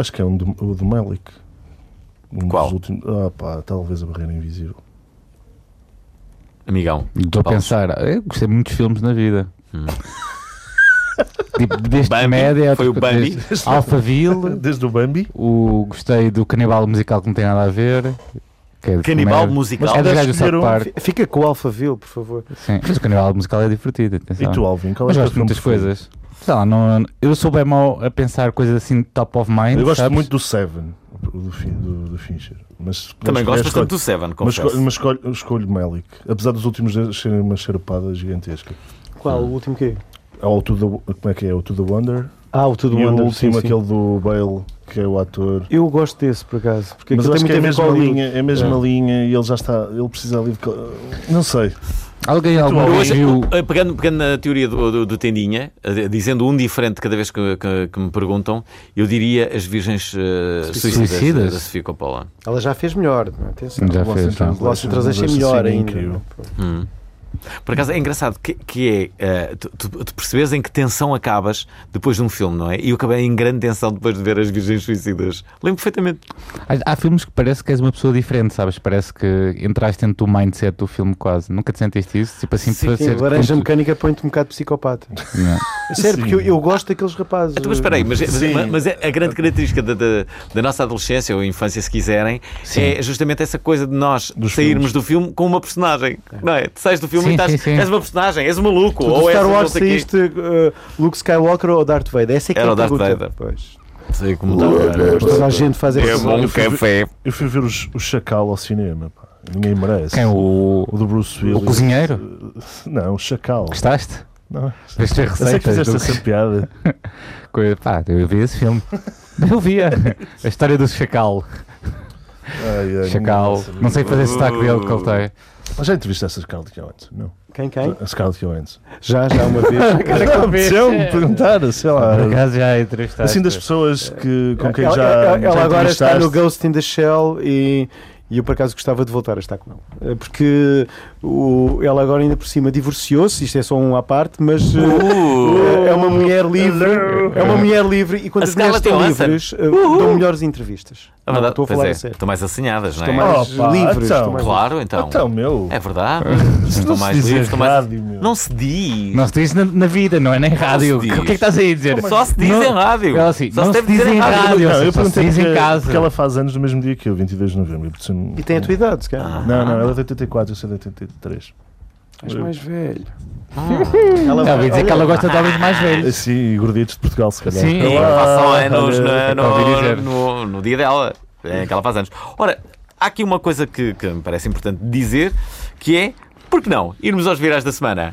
S3: Acho que é um do, o do Melick. Um
S1: Qual?
S3: Dos últimos... Ah, pá, talvez a Barreira Invisível.
S1: Amigão.
S2: Estou a
S1: Paulo.
S2: pensar, eu gostei de muitos filmes na vida.
S1: Hum.
S2: [laughs] Tipo, desde
S1: Bambi?
S2: comédia,
S1: Foi o
S2: tipo,
S1: Bambi?
S2: desde Alphaville,
S3: Desde o Bambi?
S2: o gostei do Canibal Musical que não tem nada a ver. que é de
S1: Canibal
S2: comédia.
S1: musical.
S2: É dos
S3: Deve
S2: gajos do
S3: escolher
S2: South
S3: um.
S2: Park.
S5: Fica com o Alphaville, por favor.
S2: Sim, mas o Canibal Musical é divertido, atenção.
S3: E tu, Alvin? Qual é
S2: Mas
S3: o teu
S2: gosto de
S3: filme
S2: muitas
S3: preferido?
S2: coisas. Sei lá, não, eu sou bem mau a pensar coisas assim top of mind.
S3: Eu gosto
S2: sabes?
S3: muito do Seven, do, Fi- do, do Fincher. Mas,
S1: Também
S3: mas-
S1: gosto
S3: mas
S1: bastante
S3: escolho-
S1: do Seven,
S3: Mas, escolho-
S1: confesso.
S3: mas escolho, escolho Melick. Apesar dos últimos dois serem uma charupada gigantesca.
S5: Qual? O último quê?
S3: Há o to the, como é que é? O To The Wonder.
S5: Ah, o Tudo
S3: e
S5: Mundo.
S3: o último, aquele do Bale, que é o ator.
S5: Eu gosto desse, por acaso. Porque
S3: mas
S5: aquilo
S3: acho que é
S5: tem
S3: a
S5: muito
S3: mesma
S5: a ver com Hollywood.
S3: linha, é a mesma linha e ele já está, ele precisa ali de. co- Não sei.
S2: Alguém alguma
S1: Eu
S2: vez
S1: hoje,
S2: viu.
S1: eh, pegando, pegando na teoria do, do- do Tendinha, eh, dizendo um diferente cada vez que, que- que me perguntam, eu diria As Virgens eh, Suicidas,
S2: Suicidas?
S1: da Sofia Coppola.
S5: Ela já fez melhor, não é? Atenção.
S2: Já
S3: Lost in
S2: fez, já.
S3: Translation,
S5: Lost in Translation é
S3: mas
S5: melhor
S3: assim,
S5: ainda.
S3: incrível.
S1: Hum. Por acaso é engraçado que, que é eh, tu, tu- tu percebes em que tensão acabas depois de um filme, não é? E eu acabei em grande tensão depois de ver As Virgens Suicidas. Lembro perfeitamente.
S2: Há, há filmes que parece que és uma pessoa diferente, sabes? Parece que entraste dentro do mindset do filme quase. Nunca te sentiste isso? Tipo assim,
S1: Sim,
S2: para
S5: Sim,
S2: ser.
S5: laranja
S2: como tu-
S5: mecânica põe-te um bocado psicopata. É
S2: Não.
S5: Sério, porque eu, eu gosto daqueles rapazes.
S1: Então, mas espera aí, mas, mas-
S3: Sim.
S1: mas- mas é a grande característica da, da- da nossa adolescência ou infância, se quiserem, é justamente essa coisa de nós
S3: Dos
S1: sairmos do filme com uma personagem. Não é? Tu sais do filme
S2: Sim,
S1: e estás,
S2: sim, sim.
S1: és uma personagem, és um maluco.
S5: Tu do
S1: ou és
S5: Star
S1: um
S5: Wars
S1: não sei
S5: saíste eh, Luke Skywalker ou Darth Vader? Essa é que
S1: Era
S5: é a
S1: o Darth
S5: pergunta.
S1: Vader.
S5: Pois.
S1: quê. Sei como está.
S5: Toda a gente faz
S1: É
S5: essa
S1: bom
S3: Eu fui-
S1: café.
S3: Eu fui ver os- o Chacal ao cinema, pá. Ninguém merece.
S2: Quem? é O,
S3: O do Bruce Willis.
S2: o cozinheiro?
S3: Não, o Chacal.
S2: Gostaste?
S3: Não,
S2: Vês ter
S3: eu sei que
S2: receitas?
S3: fizeste
S2: é Do...
S3: essa piada.
S2: coisa- Pá, eu vi esse
S3: [laughs]
S2: filme. Eu via a história do Chacal.
S3: Ai, ai,
S2: Chacal.
S3: nossa.
S2: Não sei fazer esse sotaque dele que ele tem.
S3: Mas já entrevistaste a Scarlett Johansson? Não.
S5: Quem, quem?
S3: A Scarlett Johansson.
S5: Já, já uma [laughs] vez.
S3: Não, não,
S5: É.
S3: me perguntar, sei lá.
S2: Por acaso já é entrevistaste.
S3: Assim das pessoas que, com quem
S5: ela
S3: já.
S5: ela-
S3: já
S5: ela agora está no
S3: entrevistaste.
S5: Ghost in the Shell e, e eu por acaso gostava de voltar a estar com ela. Eh, Porque o, ela agora ainda por cima divorciou-se, isto é só um à parte, mas eh, eh, é uma mulher livre. É uma mulher livre e quando
S1: Uh! A
S5: as
S1: Scarlett
S5: mulheres estão
S1: Johansson.
S5: livres eh, dão melhores entrevistas.
S1: A
S5: Não,
S1: verdade-
S5: estou a
S1: pois
S5: falar
S1: é,
S5: a sério.
S1: Estão mais assinhadas, não é?
S5: Estão mais
S3: Opa,
S5: livres.
S3: então.
S5: estão mais
S1: Claro, então.
S3: Então, meu.
S1: É verdade.
S3: não
S1: Estão
S3: se
S1: mais
S3: diz
S1: livres. estão mais-
S3: rádio, meu.
S1: Não se diz.
S2: Não se diz na, na vida, não é? Nem rádio. O que
S1: diz.
S2: é que estás aí a dizer?
S3: assim?
S1: Só se diz
S2: Não-
S1: em rádio.
S2: Ela assim,
S1: Só
S2: não se
S1: deve
S2: diz
S1: dizer
S2: em rádio.
S3: Não,
S2: Só
S3: eu
S2: se
S3: perguntei
S2: diz em
S3: porque,
S2: casa.
S3: porque ela faz anos no mesmo dia que eu, 22 de novembro.
S5: livres. E tem a tua idade, se calhar.
S1: Ah.
S3: Não, não, ela é de 84, eu sou de 83.
S5: És mais velho.
S2: Ela vai dizer que ela gosta de homens mais velhos.
S3: Sim, Assim, e gorditos de Portugal, se calhar.
S2: Sim. Ah,
S1: Ela
S3: Olá,
S1: façam anos
S2: olha,
S1: na-
S2: ouvi
S1: no,
S2: dizer.
S1: no- no dia dela, é, que ela faz anos. Ora, há aqui uma coisa que, que me parece importante dizer, que é, por que não, irmos aos virais da
S2: [laughs]
S1: semana?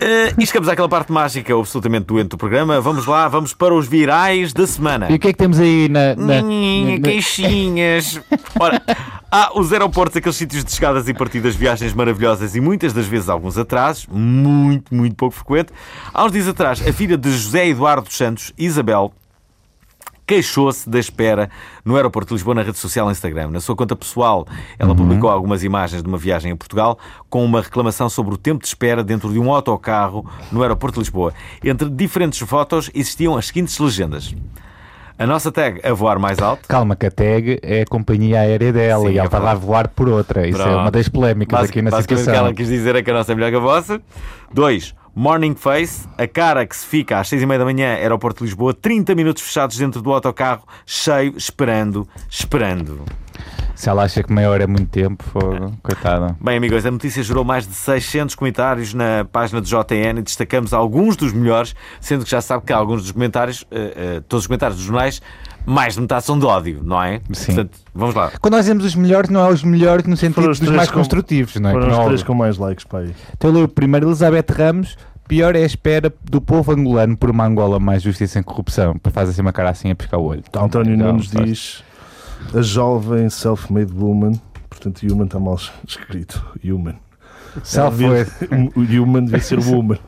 S1: Eh, e chegamos àquela parte mágica absolutamente doente do programa. Vamos lá, vamos para os virais da semana.
S2: E o que é que temos aí na. na,
S1: Ninha,
S3: Hum, é
S2: na-
S1: queixinhas. Hum, Ora, há os aeroportos, aqueles sítios de chegadas e partidas, viagens maravilhosas e muitas das vezes alguns atrasos, muito, muito pouco frequente. Há uns dias atrás, a filha de José Eduardo dos Santos, Isabel, queixou-se da espera no aeroporto de Lisboa na rede social Instagram. Na sua conta pessoal, ela publicou algumas imagens de uma viagem a Portugal com uma reclamação sobre o tempo de espera dentro de um autocarro no aeroporto de Lisboa. Entre diferentes fotos existiam as seguintes legendas. A nossa tag a voar mais alto.
S2: Calma, que a tag é a companhia aérea dela
S1: Sim,
S2: e
S1: é
S2: ela vai lá
S1: verdade.
S2: voar por outra. Isso é
S1: Pronto.
S2: uma das polémicas
S1: Basi-
S2: aqui na
S1: basicamente o que
S2: situação.
S1: ela quis dizer é que a nossa é melhor que a vossa. 2. Morning Face, a cara que se fica às 6 e meia da manhã, aeroporto de Lisboa, 30 minutos fechados dentro do autocarro, cheio, esperando, esperando.
S2: Se ela acha que meia hora é muito tempo, fogo, coitada.
S1: Bem, amigos, a notícia gerou mais de 600 comentários na página do JN e destacamos alguns dos melhores, sendo que já sabe que há alguns dos comentários, eh, eh, todos os comentários dos jornais, mais de metade são de ódio, não é?
S2: Sim.
S1: Portanto, vamos lá.
S2: Quando nós dizemos os melhores, não é os melhores no sentido
S3: Foram os
S2: dos
S3: três
S2: mais
S3: com-
S2: construtivos, não é?
S3: Foram
S2: Não,
S3: os três com mais likes, pai.
S2: Então eu leio o primeiro, Elizabeth Ramos. Pior é a espera do povo angolano por uma Angola mais justiça e sem corrupção. Faz assim uma cara assim a piscar o olho. Toma,
S3: António
S2: então,
S3: Nunes
S2: faz-
S3: diz a jovem self-made woman. Portanto, human está mal escrito. Human.
S2: Self
S3: Devia- o human devia ser woman.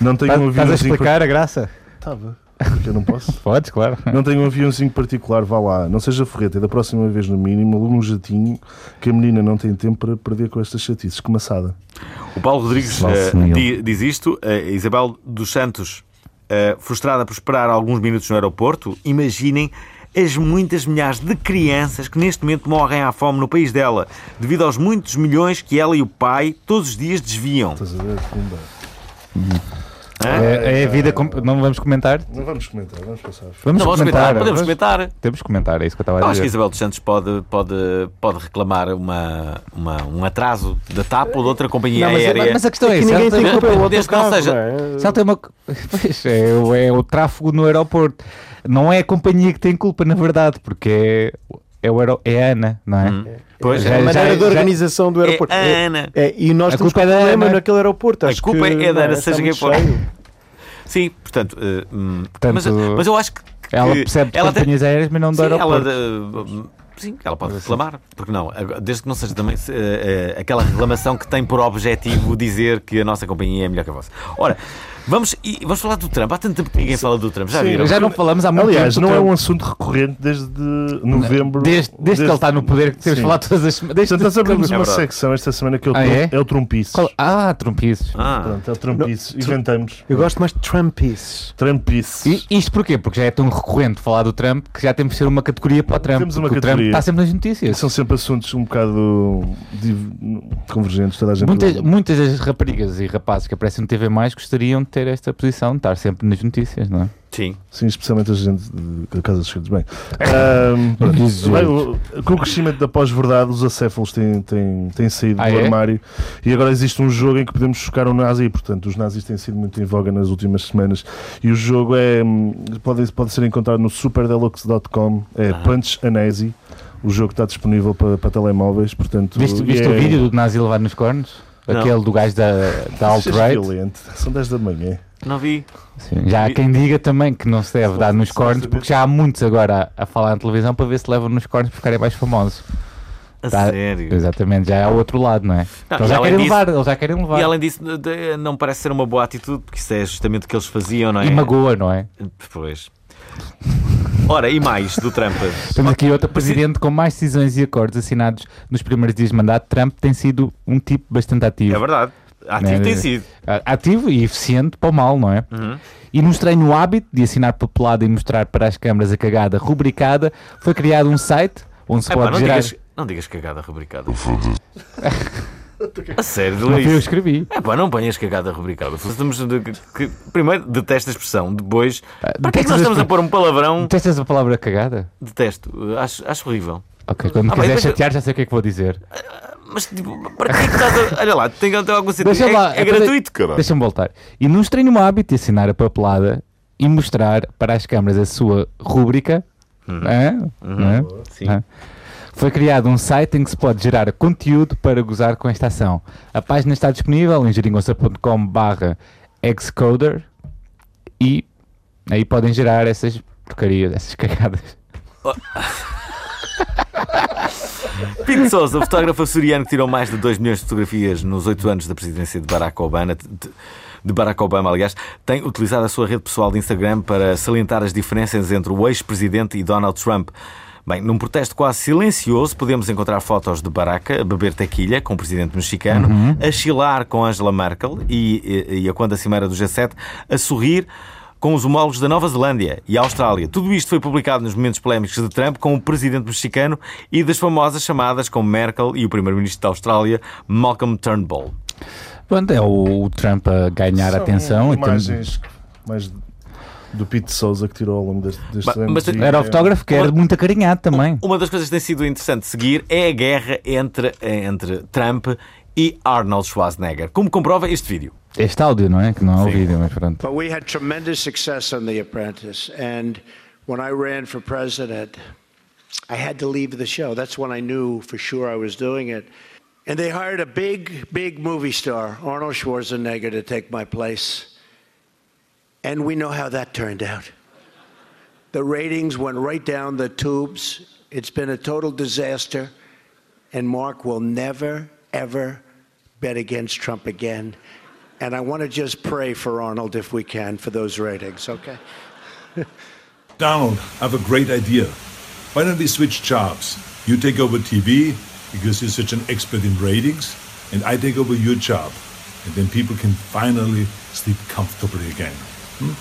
S3: Não tenho um
S2: Estás a
S3: aviãozinho.
S2: explicar a graça?
S3: Estava. Porque eu não posso.
S2: Podes, claro.
S3: Não tenho um aviãozinho particular, vá lá. Não seja forreta, é da próxima vez, no mínimo, aluga um jatinho que a menina não tem tempo para perder com estas chatices. Que maçada.
S1: O Paulo Rodrigues
S2: Vale
S1: eh,
S2: senil.
S1: di- diz isto. eh, Isabel dos Santos, eh, frustrada por esperar alguns minutos no aeroporto, imaginem as muitas milhares de crianças que neste momento morrem à fome no país dela, devido aos muitos milhões que ela e o pai todos os dias desviam.
S3: Estás a ver? Pumba.
S1: Hã?
S2: É, é a vida. com- Não vamos comentar?
S3: Não vamos comentar, vamos passar.
S2: Vamos
S1: Não, vamos
S2: comentar.
S1: comentar, podemos comentar.
S2: Temos que comentar, é isso que eu estava
S1: Eu
S2: a
S1: acho que a
S2: dizer.
S1: Isabel dos Santos pode, pode, pode reclamar uma, uma- um atraso da TAP ou de outra companhia
S2: Não, mas,
S1: aérea.
S2: mas- mas a questão é
S5: Aqui
S2: essa.
S5: ninguém
S2: Ela
S5: tem
S2: tem,
S5: culpa, é o
S1: Desde que não
S5: autocarro,
S1: seja-
S5: não é?
S2: se ela tem uma. [laughs] Pois, é, o- é o tráfego no aeroporto. Não é a companhia que tem culpa, na verdade, porque é, é, o aero- é a Ana, não é?
S1: Pois,
S2: Já-
S5: A maneira de
S2: já-
S5: organização do aeroporto.
S1: É a Ana.
S5: É, e nós
S2: é- A
S5: temos
S2: culpa é
S5: um
S2: da
S5: problema
S2: Ana.
S5: naquele aeroporto.
S1: A
S5: acho
S1: culpa
S5: que,
S1: é da Ana,
S5: está
S1: seja quem
S5: muito
S1: for.
S5: cheio.
S1: Sim, portanto, eh, hum,
S2: Portanto,
S1: mas, mas eu acho que
S2: Ela
S1: que
S2: percebe de
S1: ela tem-
S2: companhias aéreas, mas não do
S1: Sim, ela,
S2: aeroporto.
S1: eh, sim, ela pode reclamar, porque não? Agora, Desde que não seja também eh, eh, aquela reclamação que tem por objetivo dizer que a nossa companhia é melhor que a vossa. Ora, vamos, e vamos falar do Trump. Há tanto tempo que ninguém fala do Trump, já
S3: Sim,
S1: viram?
S2: Já não falamos há muito
S3: Aliás,
S2: tempo.
S3: não é
S2: Trump.
S3: um assunto recorrente desde novembro.
S2: Desde, desde que ele está no poder, que temos
S3: Sim.
S2: falado todas as semanas. Desde
S3: Portanto, nós abrimos
S1: É
S3: uma
S1: verdade.
S3: secção esta semana que é o,
S2: Ah,
S3: tru-
S2: é?
S3: é? o Trumpices.
S2: Qual- Ah, trompices.
S1: Ah,
S3: Pronto, é o Trumpices. Inventamos.
S5: Eu gosto mais de Trumpies.
S2: E
S3: Trumpices.
S2: isto porquê? Porque já é tão recorrente falar do Trump que já temos de ser uma categoria para o Trump.
S3: Temos uma
S2: porque o Trump
S3: categoria.
S2: está sempre nas notícias.
S3: São sempre assuntos um bocado div- convergentes. Toda a gente
S2: Muitas, muitas das raparigas e rapazes que aparecem no TV Mais gostariam de ter esta posição, de estar sempre nas notícias, não é?
S1: sim.
S3: Sim, especialmente a gente de- da Casa dos Segredos. Bem, ahm, pronto.
S2: É. [laughs] Diz
S3: Bem, o- com o crescimento da pós-verdade, os acéfalos têm, têm, têm saído
S2: Ah,
S3: do
S2: é?
S3: armário e agora existe um jogo em que podemos chocar um nazi. Portanto, os nazis têm sido muito em voga nas últimas semanas e o jogo é hum, pode, pode ser encontrado no superdeluxe.com. É
S2: Ah.
S3: Punch a Nazi. O jogo está disponível para, para telemóveis. Portanto,
S2: Viste,
S3: e
S2: viste
S3: é-
S2: o vídeo do Nazi levar nos cornos?
S1: Não.
S2: Aquele do gajo da,
S1: [laughs]
S3: [laughs]
S2: da
S3: Isso é
S2: alt-right?
S3: violento. São 10 da manhã.
S1: Não vi.
S2: Sim, Já há quem diga também que não se deve dar nos cornos, porque já há muitos agora a, a falar na televisão para ver se levam nos cornos para ficarem mais famosos.
S1: A
S2: Tá.
S1: sério.
S2: Exatamente, já é o outro lado, não é?
S1: Não,
S2: Eles
S1: e
S2: já
S1: além
S2: querem
S1: disso-
S2: levar, eles já querem levar.
S1: E além disso, de- não parece ser uma boa atitude, porque isso é justamente o que eles faziam, não é?
S2: E magoa, não é?
S1: Pois. Ora, e mais do Trump?
S2: Temos aqui outra presidente com mais decisões e acordos assinados nos primeiros dias de mandato. Trump tem sido um tipo bastante
S1: É
S2: ativo.
S1: verdade. Ativo
S2: Não, é
S1: tem
S2: não.
S1: sido.
S2: A- Ah, Ativo e eficiente para o mal, não é?
S1: Uhum.
S2: E no estranho hábito de assinar papelada e mostrar para as câmaras a cagada rubricada, foi criado um site onde se
S1: Epá,
S2: pode
S1: não,
S2: gerar.
S1: digas, não digas cagada rubricada. [laughs] A sério,
S2: Não fui eu que
S1: Luís. [laughs]
S2: escrevi.
S1: É pá, não ponhas cagada rubricada. Estamos de- que- que- primeiro, detesto a expressão. Depois, para que é que nós
S2: detesto Ah, a
S1: estamos a
S2: expressão.
S1: pôr um palavrão?
S2: Testas a palavra cagada?
S1: Detesto. Uh, Acho, acho horrível.
S2: Ok, quando me
S1: Ah, bem,
S2: quiser
S1: mas eu-
S2: chatear, já sei o que é que vou dizer.
S1: Mas, tipo, para que é que estás a. Olha lá, tem que ter algum sentido.
S2: Deixa
S1: é,
S2: lá,
S1: é
S2: é para-
S1: gratuito, cara.
S2: Deixa-me voltar. E num estranho hábito de assinar a papelada e mostrar para as câmaras a sua rúbrica. é? hã? Hã?
S1: Uhum. Sim.
S2: Hã? é? Foi criado um site em que se pode gerar conteúdo para gozar com esta ação. A página está disponível em geringonça.com barra excoder e aí podem gerar essas porcarias, essas cagadas.
S1: Pinto Souza, o fotógrafo açoriano que tirou mais de 2 milhões de fotografias nos 8 anos da presidência de Barack Obama, de, de Barack Obama, aliás, tem utilizado a sua rede pessoal de Instagram para salientar as diferenças entre o ex-presidente e Donald Trump. Bem, num protesto quase silencioso, podemos encontrar fotos de Barack a beber tequilha com o presidente mexicano, a chilar com Angela Merkel e, e, e a quando a cimeira do G7, a sorrir com os homólogos da Nova Zelândia e Austrália. Tudo isto foi publicado nos momentos polémicos de Trump com o presidente mexicano e das famosas chamadas com Merkel e o primeiro-ministro da Austrália, Malcolm Turnbull.
S2: Pronto, é o, o Trump a ganhar
S3: São
S2: atenção e tam-
S3: imagens mais do Pete Souza que tirou ao longo deste, destes
S1: Mas-
S3: anos.
S1: mas
S3: e
S2: Era
S3: é-
S2: autógrafo que era muito acarinhado também.
S1: Uma das coisas que tem sido interessante seguir é a guerra entre, entre Trump e Arnold Schwarzenegger, como comprova este vídeo.
S2: Este áudio, não é? Que não é o
S1: Sim.
S2: vídeo, mas pronto.
S6: But we had tremendous success on The Apprentice. And when I ran for president, I had to leave the show. That's when I knew for sure I was doing it. And they hired a big, big movie star, Arnold Schwarzenegger, to take my place. And we know how that turned out. The ratings went right down the tubes. It's been a total disaster. And Mark will never, ever bet against Trump again. And I want to just pray for Arnold if we can for those ratings, okay?
S7: Donald, I have a great idea. Why don't we switch jobs? You take over TV because you're such an expert in ratings, and I take over your job. And then people can finally sleep comfortably again.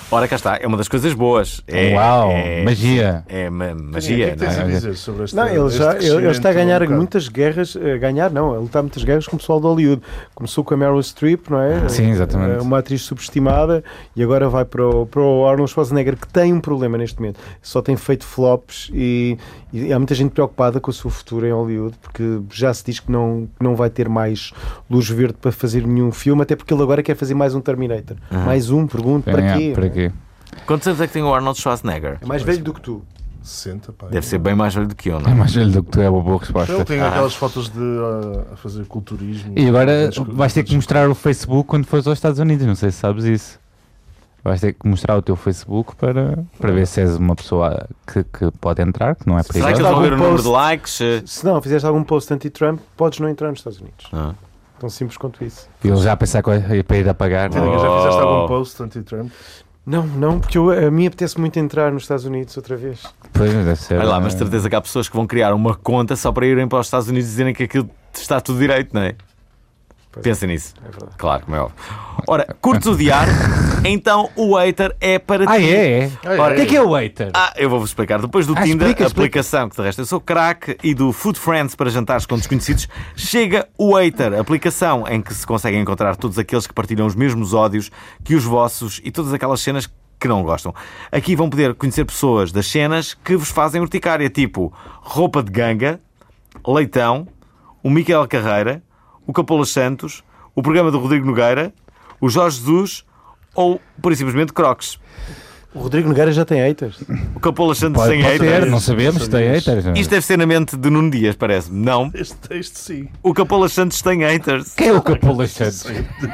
S1: Ora, cá está, é uma das coisas boas. É,
S2: Uau,
S1: é-
S2: magia.
S1: É ma-
S3: Sim, o que
S1: magia,
S3: é que
S1: não
S3: tens
S1: é?
S3: a dizer sobre este-
S5: Não, ele,
S3: este
S5: já, ele- ele está a
S3: crescimento
S5: ganhar
S3: um bocado?
S5: muitas guerras, a ganhar não, a lutar muitas guerras com o pessoal de Hollywood. Começou com a Meryl Streep, não é?
S2: Sim, exatamente.
S5: É Uma atriz subestimada e agora vai para o, para o Arnold Schwarzenegger, que tem um problema neste momento. Só tem feito flops e, e há muita gente preocupada com o seu futuro em Hollywood, porque já se diz que não, que não vai ter mais luz verde para fazer nenhum filme, até porque ele agora quer fazer mais um Terminator. Mais um, pergunto, para
S2: Uhum. É,
S5: quê?
S2: Para quê?
S1: Quantos anos é que tem o Arnold Schwarzenegger?
S5: É mais velho do que tu.
S3: 60, pá.
S1: Deve ser bem mais velho do que eu, não
S2: É
S1: é?
S2: mais velho do que tu, é uma boa resposta.
S3: Ele tem aquelas fotos de ah, a fazer culturismo.
S2: E agora
S3: Mas-
S2: vais ter que mostrar o Facebook quando fores aos Estados Unidos, não sei se sabes isso. Vais ter que mostrar o teu Facebook para, para ver se és uma pessoa que, que pode entrar, que não é
S1: Será que eles
S2: perigosa.
S1: vão ver o
S5: Algum
S1: número
S5: post?
S1: de likes? eh?
S5: Se não fizeste algum post anti-Trump, podes não entrar nos Estados Unidos.
S1: Ah.
S5: Tão simples quanto isso.
S2: E Ele já a pensar que ia para ir apagar.
S3: Tinha-
S1: Oh.
S3: Já fizeste algum post anti-Trump?
S5: Não, não, porque eu, a mim apetece muito entrar nos Estados Unidos outra vez.
S2: Pois, deve ser.
S1: Olha lá, mas de certeza que há pessoas que vão criar uma conta só para irem para os Estados Unidos dizerem que aquilo está tudo direito, não é? Pensem nisso.
S5: É verdade.
S1: Claro, como é óbvio. Ora, curtes
S2: [laughs]
S1: odiar, então o waiter é para
S2: Ah,
S1: ti.
S2: é? é?
S1: Ora,
S2: O que é que é o waiter?
S1: Ah, eu vou-vos explicar. Depois do
S2: Ah,
S1: Tinder,
S2: explica,
S1: a
S2: explica.
S1: aplicação que de resto eu sou craque, e do Food Friends para jantares com desconhecidos, chega o Waiter, aplicação em que se conseguem encontrar todos aqueles que partilham os mesmos ódios que os vossos e todas aquelas cenas que não gostam. Aqui vão poder conhecer pessoas das cenas que vos fazem urticária, tipo roupa de ganga, Leitão, o Miquel Carreira, o Capolas Santos, o programa do Rodrigo Nogueira, o Jorge Jesus ou, por simplesmente, Crocs.
S5: O Rodrigo Nogueira já tem haters.
S1: O Capolas Santos
S2: Pode,
S1: sem
S2: pode
S1: haters.
S2: ter, não sabemos, tem haters.
S1: Isto deve ser na mente de Nuno Dias, parece-me. Não.
S3: Este texto sim.
S1: O Capolas Santos tem haters.
S2: Quem é o Capolas Santos?